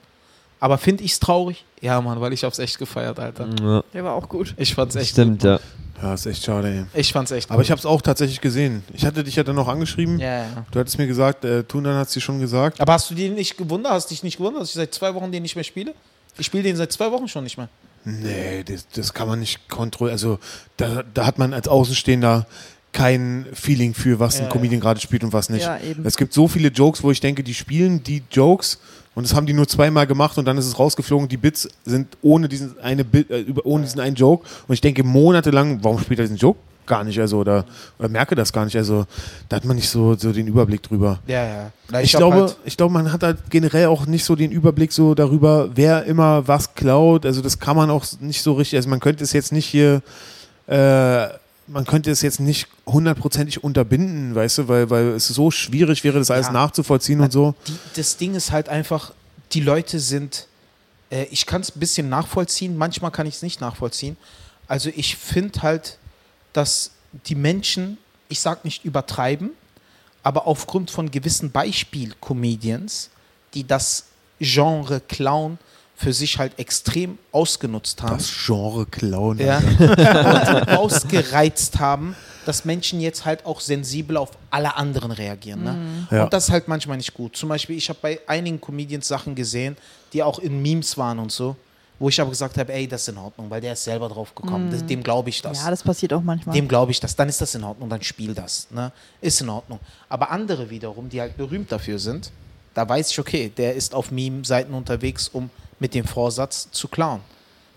A: Aber finde ich's traurig? Ja, Mann, weil ich hab's echt gefeiert, Alter.
C: Ja.
D: Der war auch gut.
A: Ich fand's echt.
C: Mhm. Stimmt, ja.
B: ja, ist echt schade, ey.
A: Ich fand's echt.
B: Aber ich habe es auch tatsächlich gesehen. Ich hatte dich ja dann noch angeschrieben.
A: Ja, ja.
B: Du hattest mir gesagt, äh, Tunan hat es dir schon gesagt.
A: Aber hast du den nicht gewundert? Hast dich nicht gewundert, dass ich seit zwei Wochen den nicht mehr spiele? Ich spiele den seit zwei Wochen schon nicht mehr.
B: Nee, das, das kann man nicht kontrollieren. Also da, da hat man als Außenstehender kein Feeling für, was
A: Ja,
B: ein Comedian gerade spielt und was nicht.
D: Ja, eben.
B: Es gibt so viele Jokes, wo ich denke, die spielen die Jokes, Und das haben die nur zweimal gemacht und dann ist es rausgeflogen. Die Bits sind ohne diesen, eine Bit, äh, über- ohne diesen einen Joke. Und ich denke monatelang, warum spielt er diesen Joke? Gar nicht, also, oder, oder merke das gar nicht. Also, da hat man nicht so, so den Überblick drüber.
A: Ja, ja. Na,
B: Ich,
A: hab
B: glaube,
A: halt-
B: ich glaube, man hat halt generell auch nicht so den Überblick so darüber, wer immer was klaut. Also das kann man auch nicht so richtig. Also man könnte es jetzt nicht hier, äh, man könnte es jetzt nicht hundertprozentig unterbinden, weißt du, weil, weil es so schwierig wäre, das alles
A: Ja.
B: nachzuvollziehen und so.
A: die, das Ding ist halt einfach, die Leute sind, äh, ich kann es ein bisschen nachvollziehen, manchmal kann ich es nicht nachvollziehen. Also ich finde halt, dass die Menschen, ich sag nicht übertreiben, aber aufgrund von gewissen Beispiel-Comedians, die das Genre Clown für sich halt extrem ausgenutzt haben
B: Das Genre klauen.
A: ja, und ausgereizt haben, dass Menschen jetzt halt auch sensibel auf alle anderen reagieren. Ne?
B: Ja.
A: Und das ist halt manchmal nicht gut. Zum Beispiel, ich habe bei einigen Comedians Sachen gesehen, die auch in Memes waren und so, wo ich aber gesagt habe, ey, das ist in Ordnung, weil der ist selber drauf gekommen. Das- Dem glaube ich Mhm. das.
D: Ja, das passiert auch manchmal.
A: Dem glaube ich das. Dann ist das in Ordnung, dann spiel das. Ne? Ist in Ordnung. Aber andere wiederum, die halt berühmt dafür sind, da weiß ich, okay, der ist auf Meme-Seiten unterwegs, um mit dem Vorsatz zu klauen.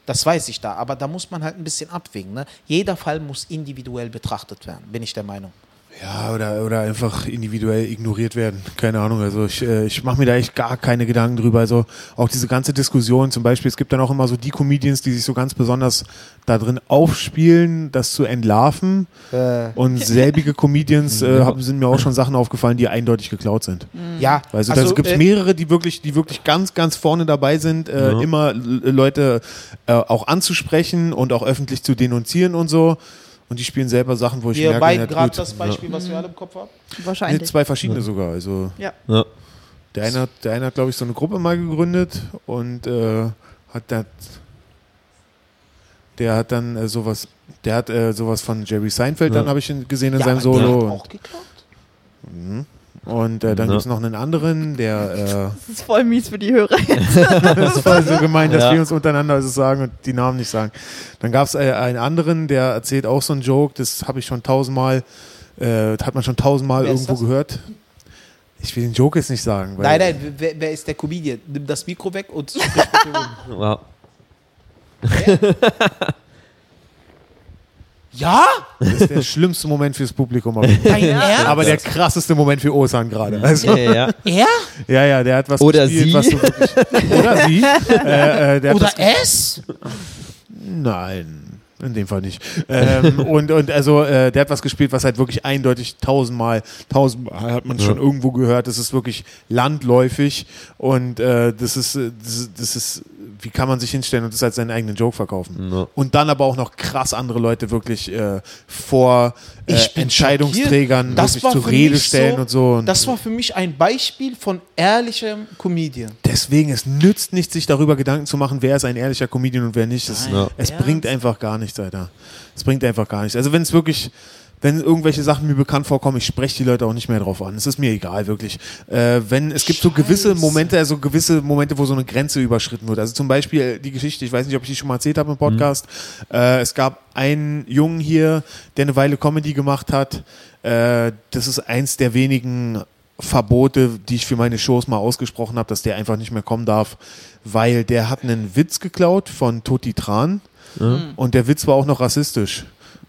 A: Das weiß ich da. Aber da muss man halt ein bisschen abwägen. Ne? Jeder Fall muss individuell betrachtet werden, bin ich der Meinung.
B: Ja, oder, oder einfach individuell ignoriert werden. Keine Ahnung. Also ich, äh, ich mache mir da echt gar keine Gedanken drüber. Also auch diese ganze Diskussion zum Beispiel, es gibt dann auch immer so die Comedians, die sich so ganz besonders da drin aufspielen, das zu entlarven.
A: Äh.
B: Und selbige Comedians äh, haben, sind mir auch schon Sachen aufgefallen, die eindeutig geklaut sind.
A: Ja,
B: Also, also da gibt es
A: äh,
B: mehrere, die wirklich, die wirklich ganz, ganz vorne dabei sind, äh, immer l- Leute äh, auch anzusprechen und auch öffentlich zu denunzieren und so. Und die spielen selber Sachen, wo ich
A: Wir
B: merke,
A: beiden
B: na gut,
A: gerade das
B: ja.
A: Beispiel, was wir alle im Kopf haben.
B: Nee,
D: Wahrscheinlich.
B: zwei verschiedene sogar. Also
D: Ja.
C: Ja.
B: der eine, hat- der eine hat, glaube ich, so eine Gruppe mal gegründet und äh, hat da, der hat dann äh, sowas, der hat äh, sowas von Jerry Seinfeld, dann habe ich ihn gesehen in seinem
A: aber der
B: Solo.
A: hat
B: Und,
A: Auch geklaut.
B: und äh, dann
C: Ja.
B: gibt es noch einen anderen, der
D: Das ist voll mies für die Hörer.
B: äh, das war so gemein, dass
C: Ja.
B: wir uns untereinander also sagen und die Namen nicht sagen. Dann gab es äh, einen anderen, der erzählt auch so einen Joke, das habe ich schon tausendmal, äh, hat man schon tausendmal
A: Wer ist
B: irgendwo
A: das?
B: gehört. Ich will den Joke jetzt nicht sagen. weil-
A: Nein, nein, wer, wer ist der Comedian? Nimm das Mikro weg und sprich um. mit dem Mund.
C: Wow.
A: Ja?
B: Das ist der schlimmste Moment fürs Publikum. Aber,
A: Dein Ernst?
B: aber der krasseste Moment für Osan gerade. Also,
C: Ja, ja.
A: Er?
B: ja, ja, der hat was
C: Oder
B: gespielt,
C: sie.
B: was so wirklich, Oder sie. Äh, äh, der hat
A: Oder
B: was,
A: es?
B: nein, in dem Fall nicht. Ähm, und, und also, äh, der hat was gespielt, was halt wirklich eindeutig tausendmal, tausendmal hat man es schon irgendwo gehört. Das ist wirklich landläufig und äh, das, ist, äh, das, ist- das ist, wie kann man sich hinstellen und das als seinen eigenen Joke verkaufen?
C: Ja.
B: Und dann aber auch noch krass andere Leute wirklich äh, vor äh,
A: Ich bin
B: Entscheidungsträgern
A: schockiert. Das
B: wirklich
A: war
B: zur
A: für
B: Rede
A: mich
B: stellen
A: so-
B: und so. Und
A: Das war für mich ein Beispiel von ehrlichem Comedian.
B: Deswegen, es nützt nicht, sich darüber Gedanken zu machen, wer ist ein ehrlicher Comedian und wer nicht. Es,
A: Nein,
B: es
A: ernst?
B: bringt einfach gar nichts, Alter. Es bringt einfach gar nichts. Also wenn es wirklich, wenn irgendwelche Sachen mir bekannt vorkommen, ich spreche die Leute auch nicht mehr drauf an. Es ist mir egal, wirklich. Äh, wenn, es gibt so gewisse Momente, also gewisse Momente, wo so eine Grenze überschritten wird. Also zum Beispiel die Geschichte, ich weiß nicht, ob ich die schon mal erzählt habe im Podcast. Äh, es gab einen Jungen hier, der eine Weile Comedy gemacht hat. Äh, das ist eins der wenigen Verbote, die ich für meine Shows mal ausgesprochen habe, dass der einfach nicht mehr kommen darf, weil der hat einen Witz geklaut von Tutti Tran und der Witz war auch noch rassistisch.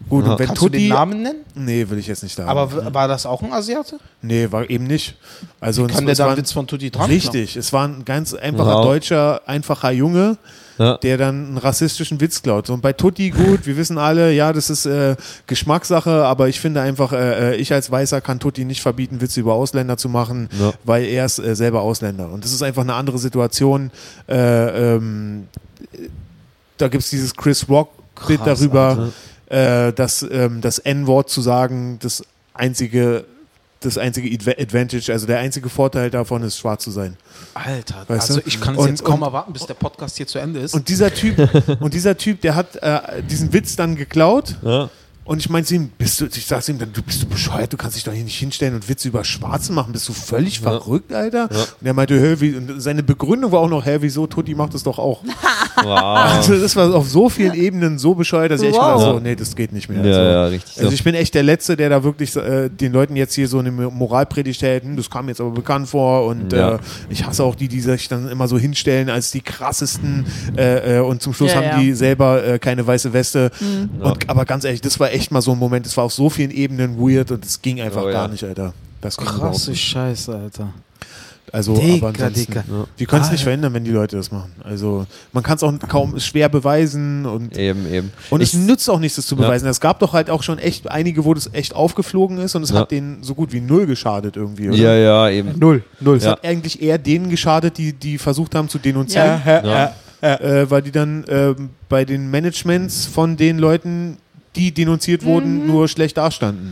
B: Gut, und wenn
A: Mhm. Kannst
B: Tutti
A: du den Namen nennen?
B: Nee, will ich jetzt nicht sagen.
A: Aber w- war das auch ein Asiate?
B: nee, war eben nicht. Also es-
A: Kann der
B: es
A: da
B: war
A: einen
B: ein-
A: Witz von Tutti dran?
B: Richtig, es war ein ganz einfacher
C: Wow.
B: deutscher, einfacher Junge,
C: Ja.
B: der dann einen rassistischen Witz klaut. Und bei Tutti, gut, wir wissen alle, ja, das ist äh, Geschmackssache, aber ich finde einfach, äh, äh, ich als Weißer kann Tutti nicht verbieten, Witze über Ausländer zu machen,
C: Ja.
B: weil er ist äh, selber Ausländer. Und das ist einfach eine andere Situation. Äh, ähm, äh, da gibt es dieses Chris Rock-Bit
A: Krass,
B: darüber, äh, dass ähm, das N-Wort zu sagen, das einzige das einzige Adva- Advantage, also der einzige Vorteil davon ist, schwarz zu sein.
A: Alter,
B: Weißt
A: also
B: du?
A: ich kann es
B: Und-
A: jetzt kaum
B: und-
A: erwarten, bis der Podcast hier zu Ende ist.
B: Und dieser Typ, und dieser Typ, der hat äh, diesen Witz dann geklaut.
C: Ja.
B: Und ich meinte zu ihm, bist du, ich sag's ihm dann, du bist du bescheuert, du kannst dich doch hier nicht hinstellen und Witze über Schwarzen machen, bist du völlig verrückt, Alter? Und er meinte, hä, wie, und seine Begründung war auch noch, hä, wieso, Tutti macht das doch auch.
C: Wow.
B: Also das war auf so vielen Ebenen so bescheuert, dass ich echt
D: Wow.
B: gedacht so, nee, das geht nicht mehr.
C: Ähm. Ja,
B: also,
C: ja, richtig.
B: Also
C: So.
B: ich bin echt der Letzte, der da wirklich äh, den Leuten jetzt hier so eine Moralpredigt hält, hm, das kam jetzt aber bekannt vor und
C: Ja.
B: äh, ich hasse auch die, die sich dann immer so hinstellen als die krassesten äh, äh, und zum Schluss
D: Ja,
B: haben
D: ja. Hm.
B: die selber äh, keine weiße Weste. Und,
C: Ja.
B: aber ganz ehrlich, das war echt mal so ein Moment, das war auf so vielen Ebenen weird und es ging einfach
C: Oh, ja.
B: gar nicht, Alter. Das ging überhaupt
A: Krasse
B: nicht.
A: Scheiße, Alter.
B: Also, aber
A: Dicker,
B: ansonsten,
A: dicker.
B: wir können es
A: Ah,
B: nicht
A: ja.
B: verhindern, wenn die Leute das machen. Also, man kann es auch kaum schwer beweisen und
C: Eben, eben.
B: und es
C: ich,
B: nützt auch nichts, das zu
C: Ja.
B: beweisen. Es gab doch halt auch schon echt einige, wo das echt aufgeflogen ist und es
C: Ja.
B: hat denen so gut wie null geschadet irgendwie. Oder?
C: ja, ja, eben.
A: Null, null.
B: Es hat eigentlich eher denen geschadet, die, die versucht haben zu denunzieren,
A: ja,
C: Ja.
B: äh, weil die dann ähm, bei den Managements von den Leuten, die denunziert
A: Mhm.
B: wurden, nur schlecht dastanden.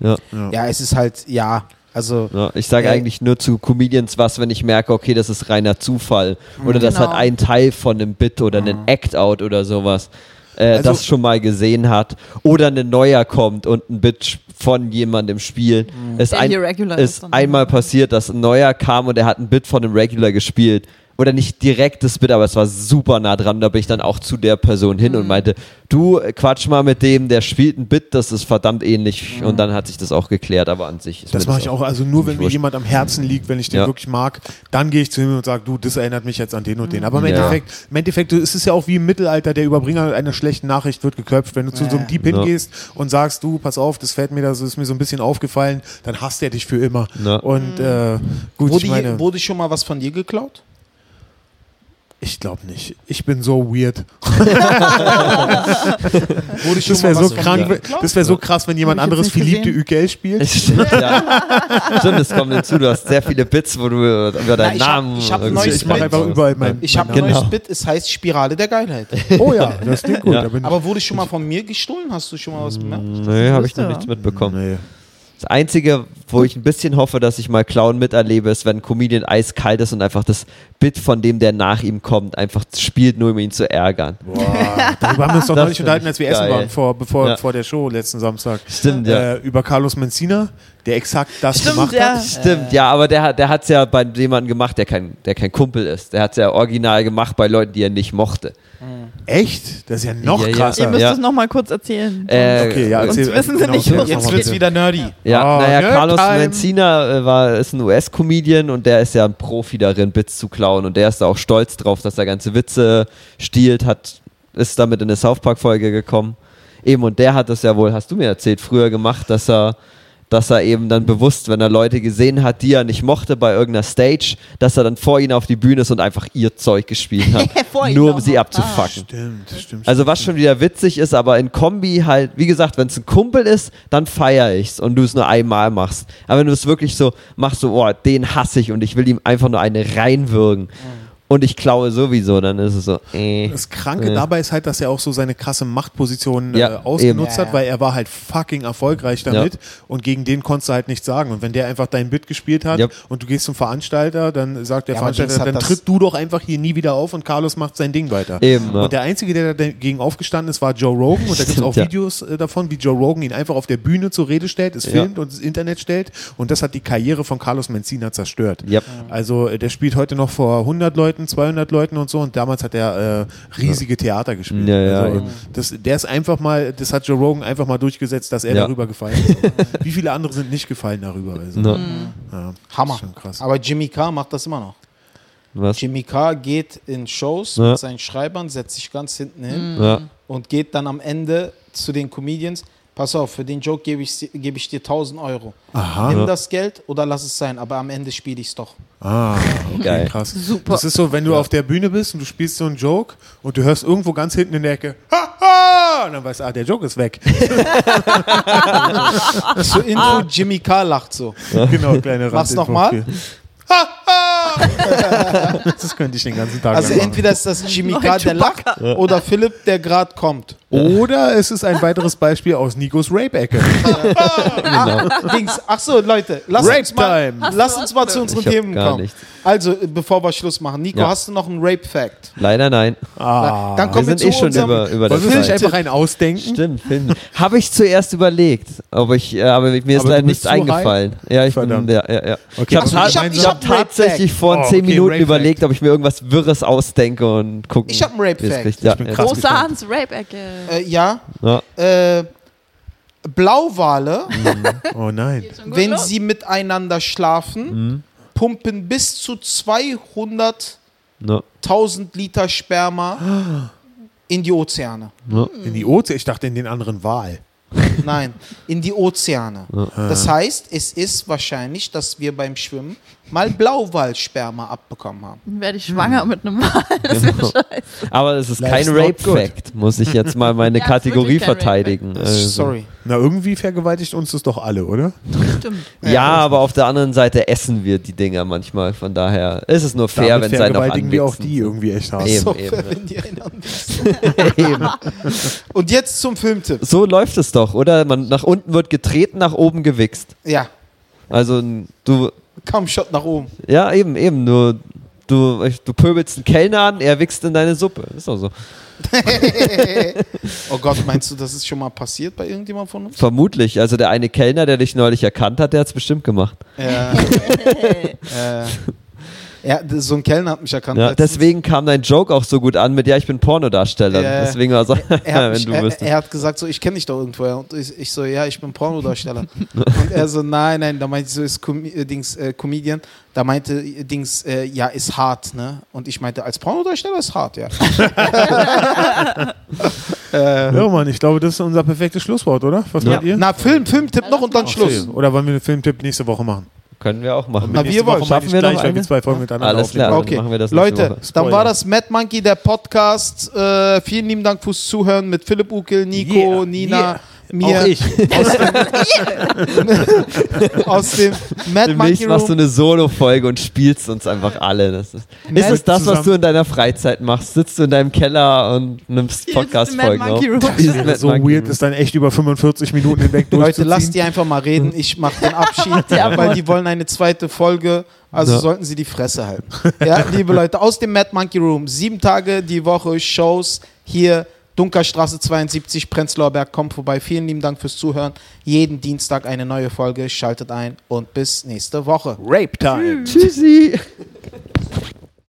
C: Ja.
A: äh, Ja, es ist halt, ja, also
C: Ja, ich sage
A: Ja.
C: eigentlich nur zu Comedians was, wenn ich merke, okay, das ist reiner Zufall oder das
D: Genau. Mhm.
C: hat einen Teil von einem Bit oder einen Act-Out oder sowas, äh,
B: Also-
C: das schon mal gesehen hat oder ein neuer kommt und ein Bit sch- von jemandem spielt. Es
D: Mhm. Der
C: ein,
D: hier regular ist
C: ist
D: dann.
C: einmal passiert, dass ein neuer kam und er hat ein Bit von einem Regular gespielt. Oder nicht direkt das Bit, aber es war super nah dran. Da bin ich dann auch zu der Person hin
D: Mhm.
C: und meinte, du äh, quatsch mal mit dem, der spielt ein Bit, das ist verdammt ähnlich.
D: Mhm.
C: Und dann hat sich das auch geklärt, aber an sich ist mir
B: Das mache ich auch, also nur wenn mir
C: wurscht.
B: jemand am Herzen liegt, wenn ich den
C: Ja.
B: wirklich mag, dann gehe ich zu ihm und sage, du, das erinnert mich jetzt an den und den. Aber im
C: Ja.
B: Endeffekt, im Endeffekt ist es ja auch wie im Mittelalter, der Überbringer einer schlechten Nachricht wird geköpft. Wenn du zu so einem Dieb
C: Ja.
B: hingehst und sagst, du, pass auf, das fällt mir, das ist mir so ein bisschen aufgefallen, dann hasst er dich für immer.
C: Ja.
B: Und äh, gut,
A: wurde,
B: ich
A: hier,
B: meine,
A: wurde schon mal was von dir geklaut?
B: ich glaube nicht. Ich bin so weird.
A: Wurde schon
B: Das wäre
A: mal
B: so
A: was von
B: krank,
A: dir geklaut?
B: das wäre so krass, wenn jemand
D: Hab ich jetzt
B: anderes
D: nicht
B: Philippe de
D: gesehen.
B: Ukel spielt.
C: Stimmt, ja. Stimmt, es kommt hinzu. Du hast sehr viele Bits, wo du über deinen
A: ich hab-
C: Namen.
A: ich hab ein
C: irgendwie
A: neues
B: Also Ich mache
A: Bild.
B: einfach überall mein.
A: Ich habe ein
B: mein
C: Genau.
A: neues Bit, es heißt Spirale der Geilheit.
B: Namen. Oh ja, das klingt gut.
C: Ja.
B: da bin ich-
A: Aber wurde schon mal von mir gestohlen? Hast du schon mal was bemerkt?
C: Nee, habe ich
D: Ja.
C: noch nichts mitbekommen.
B: Nee.
C: Das Einzige, wo ich ein bisschen hoffe, dass ich mal Clown miterlebe, ist, wenn ein Comedian eiskalt ist und einfach das Bit, von dem der nach ihm kommt, einfach spielt, nur um ihn zu ärgern.
B: Boah, darüber haben wir uns doch neulich
C: Das find ich
B: unterhalten, als wir essen
C: geil.
B: waren, vor, bevor,
C: Ja.
B: vor der Show letzten Samstag.
C: Stimmt, ja.
B: Äh, über Carlos Mencina, der exakt das
D: Stimmt,
B: gemacht
D: ja.
B: hat.
C: Stimmt, ja, aber der, hat- der hat es ja bei jemandem gemacht, der kein, der kein Kumpel ist. Der hat es ja original gemacht bei Leuten, die er nicht mochte.
B: Echt? Das ist ja noch
C: Ja, ja.
B: krasser.
D: Ihr müsst
C: Ja.
D: es nochmal kurz erzählen.
C: Äh,
B: okay, ja,
D: Sonst
B: erzähl,
D: wissen sie
B: genau,
D: nicht,
B: erzähl
D: wo-
B: uns
A: Jetzt
B: noch mal
A: wird's
B: bitte.
A: wieder nerdy.
C: Ja,
B: Oh,
C: naja,
B: Nerd
C: Carlos
B: Time.
C: Mencina äh, war, ist ein US-Comedian und der ist ja ein Profi darin, Bits zu klauen und der ist da auch stolz drauf, dass er ganze Witze stiehlt, hat, ist damit in eine South Park-Folge gekommen. Eben, und der hat das ja wohl, hast du mir erzählt, früher gemacht, dass er, dass er eben dann bewusst, wenn er Leute gesehen hat, die er nicht mochte bei irgendeiner Stage, dass er dann vor ihnen auf die Bühne ist und einfach ihr Zeug gespielt hat.
D: Vor ihnen
C: nur um
D: auch
C: sie
D: noch. Ah,
C: abzufacken.
B: Stimmt, stimmt.
C: Also was schon wieder witzig ist, aber in Kombi halt, wie gesagt, wenn es ein Kumpel ist, dann feier ich's und du es nur einmal machst. Aber wenn du es wirklich so machst, so, oh, den hasse ich und ich will ihm einfach nur eine reinwürgen und ich klaue sowieso, dann ist es so, äh.
B: Das Kranke
C: äh.
B: dabei ist halt, dass er auch so seine krasse Machtposition äh,
C: Ja,
B: ausgenutzt
A: eben.
B: hat, weil er war halt fucking erfolgreich damit
C: Ja.
B: und gegen den konntest du halt nichts sagen. Und wenn der einfach dein Bit gespielt hat
C: Yep.
B: und du gehst zum Veranstalter, dann sagt der
A: Ja, aber
B: Veranstalter,
A: Dings hat
B: dann
A: das-
B: tritt du doch einfach hier nie wieder auf und Carlos macht sein Ding weiter.
C: Eben, ja.
B: Und der Einzige, der dagegen aufgestanden ist, war Joe Rogan und da gibt es
C: Stimmt,
B: auch
C: ja.
B: Videos äh, davon, wie Joe Rogan ihn einfach auf der Bühne zur Rede stellt, es
C: Ja.
B: filmt und ins Internet stellt und das hat die Karriere von Carlos Mencina zerstört.
C: Yep.
B: Also äh, der spielt heute noch vor 100 Leuten, 200 Leuten und so und damals hat er äh, riesige Theater gespielt.
C: Ja, ja,
B: also,
C: ja.
B: das, der ist einfach mal, das hat Joe Rogan einfach mal durchgesetzt, dass er
C: Ja.
B: darüber gefallen ist. Wie viele andere sind nicht gefallen darüber? Also,
C: Ne.
B: ja,
A: Hammer.
B: ist Schon krass.
A: Aber Jimmy Carr macht das immer noch.
C: Was?
A: Jimmy Carr geht in Shows
C: Ja. Mm.
A: mit seinen Schreibern, setzt sich ganz hinten hin
C: Ja.
A: und geht dann am Ende zu den Comedians. Pass auf, für den Joke gebe ich, gebe ich dir 1000 Euro.
B: Aha.
A: Nimm
C: Ja.
A: das Geld oder lass es sein, aber am Ende spiele ich es doch.
B: Ah, okay,
C: Geil.
B: krass.
D: Super.
B: Das ist so, wenn du auf der Bühne bist und du spielst so einen Joke und du hörst irgendwo ganz hinten in der Ecke, haha, und dann weißt du, ah, der Joke ist weg.
A: Zur Info, Jimmy Carr lacht so.
B: genau, kleine
A: Mach's
B: Randinfo.
A: nochmal.
B: das könnte ich den ganzen Tag
A: Also
C: genau.
B: lang machen.
A: entweder ist das Jimmy
D: Neue
A: Carr, der lacht, oder Philipp, der gerade kommt.
B: Oder es ist ein weiteres Beispiel aus Nikos Rape-Ecke.
C: Genau.
A: Ah, Dings. Ach so, Leute, lass
B: Rape
A: uns mal,
B: Time.
A: lass uns mal zu unseren
C: Ich hab
A: Themen
C: gar
A: kommen.
C: nichts.
A: Also, äh, bevor wir Schluss machen, Nico,
C: Ja.
A: hast du noch einen Rape-Fact?
C: Leider nein.
B: Ah.
A: Dann kommen wir, zu
C: sind eh schon
A: unserem
C: über, über
B: Wollen wir uns
C: das
B: nicht einfach einen ausdenken?
C: Stimmt, Film. Habe ich zuerst überlegt, aber, ich, äh, aber mir ist
B: Aber du
C: leider
B: bist
C: nichts
B: zu
C: eingefallen. Ja, ich bin,
B: Verdammt.
C: ja, ja, ja.
B: Okay,
C: Ich habe
B: also
C: ta
B: ich hab-
A: ich hab
C: hab tatsächlich
A: Blackjack.
C: vorhin
B: Oh,
C: zehn
B: okay,
C: Minuten
B: Rape
C: überlegt, ob ich mir irgendwas Wirres ausdenke und gucken.
A: Ich hab einen Rape
C: wie es
A: Fact.
C: kriegt. Ja,
B: bin
C: ja.
B: krass.
D: Großer Hans Rape-Ecke.
A: Äh, ja,
C: Ja.
A: äh,
C: Mhm.
A: Blauwale,
B: Oh nein.
A: wenn sie miteinander schlafen,
C: Mhm.
A: pumpen bis zu 200.000
C: Ja.
A: Liter Sperma in die Ozeane.
B: In die Ozean. Ich dachte in den anderen Wal.
A: Nein, in die Ozeane. Das heißt, es ist wahrscheinlich, dass wir beim Schwimmen mal Blauwalsperma abbekommen haben.
D: Dann werde ich schwanger
C: Hm.
D: mit einem Mal. Das
C: Genau.
D: wäre scheiße.
C: Aber es ist
B: Life's
C: kein
B: not good.
C: Rape-Fact, muss ich jetzt mal meine
D: Ja, es ist
C: Kategorie
D: wirklich kein Rape-Fact.
C: verteidigen. Also.
A: Sorry.
B: Na, irgendwie vergewaltigt uns das doch alle, oder?
D: Stimmt.
C: Ja, aber auf der anderen Seite essen wir die Dinger manchmal. Von daher ist es nur fair,
B: Damit
C: wenn es einen noch
B: vergewaltigen wir auch
C: anwichsen.
B: die irgendwie echt hart.
C: Eben,
A: So,
C: eben,
A: Also, wenn die einen-
C: Eben.
A: Und jetzt zum Filmtipp.
C: So läuft es doch, oder? Man, nach unten wird getreten, nach oben gewichst.
A: Ja,
C: Also n- du,
A: kaum Shot nach oben.
C: ja eben, eben, nur du, du pöbelst einen Kellner an, er wichst in deine Suppe. Ist doch so.
A: Oh Gott, meinst du, das ist schon mal passiert bei irgendjemandem von uns?
C: Vermutlich. Also der eine Kellner, der dich neulich erkannt hat, der hat es bestimmt gemacht.
A: Ja. äh, ja, d- so ein Kellner hat mich erkannt.
C: Ja,
A: letztens.
C: deswegen kam dein Joke auch so gut an mit, ja, ich bin Pornodarsteller.
A: Ja, ja.
C: Deswegen war so,
A: er hat,
C: wenn
A: mich,
C: du
A: er,
C: wüsstest.
A: er hat gesagt, so, ich kenne dich doch irgendwoher. Und ich, ich so, ja, ich bin Pornodarsteller. und er so, nein, nein, da meinte ich so, ist Com äh, Dings, äh, Comedian. Da meinte äh, Dings, äh, ja, ist hart, ne? Und ich meinte, als Pornodarsteller ist hart, ja. äh,
B: Ja, Mann, ich glaube, das ist unser perfektes Schlusswort, oder? Was
C: Ja.
B: meint ihr?
A: na, Film, Filmtipp noch und dann
B: Ach,
A: Schluss.
B: Film. Oder wollen wir einen Filmtipp nächste Woche machen?
C: Können wir auch machen.
A: Na,
B: Nächste
A: wir wollen.
B: Woche meine
C: Schaffen
B: ich
C: wir
B: gleich,
C: noch
B: weil wir
C: eine?
B: zwei Folgen miteinander
C: Alles
B: aufnehmen.
C: klar. dann
A: Okay,
C: machen wir das nächste
A: Leute,
C: Woche.
A: dann
B: Spoiler.
A: war das Mad Monkey, der Podcast. Äh, vielen lieben Dank fürs Zuhören mit Philipp Ukel, Nico,
B: Yeah,
A: Nina,
B: yeah.
A: mir.
B: Auch ich.
A: aus dem Mad
C: Demnächst
A: Monkey
C: machst du
A: Room.
C: eine Solo-Folge und spielst uns einfach alle. Das ist ist es das, was
B: zusammen-
C: du in deiner Freizeit machst? Sitzt du in deinem Keller und nimmst Podcast-Folgen auf?
D: Room.
C: Mad
B: so
C: Monkey
B: weird ist dann echt über 45 Minuten hinweg
A: Leute,
B: durchzuziehen.
A: lasst die einfach mal reden. Ich mache den Abschied, weil die wollen eine zweite Folge. Also
C: Ja.
A: sollten sie die Fresse halten. Ja, liebe Leute, aus dem Mad Monkey Room. Sieben Tage die Woche Shows hier. Dunkerstraße 72, Prenzlauer Berg, kommt vorbei. Vielen lieben Dank fürs Zuhören. Jeden Dienstag eine neue Folge. Schaltet ein und bis nächste Woche.
B: Rape Time.
C: Tschüssi.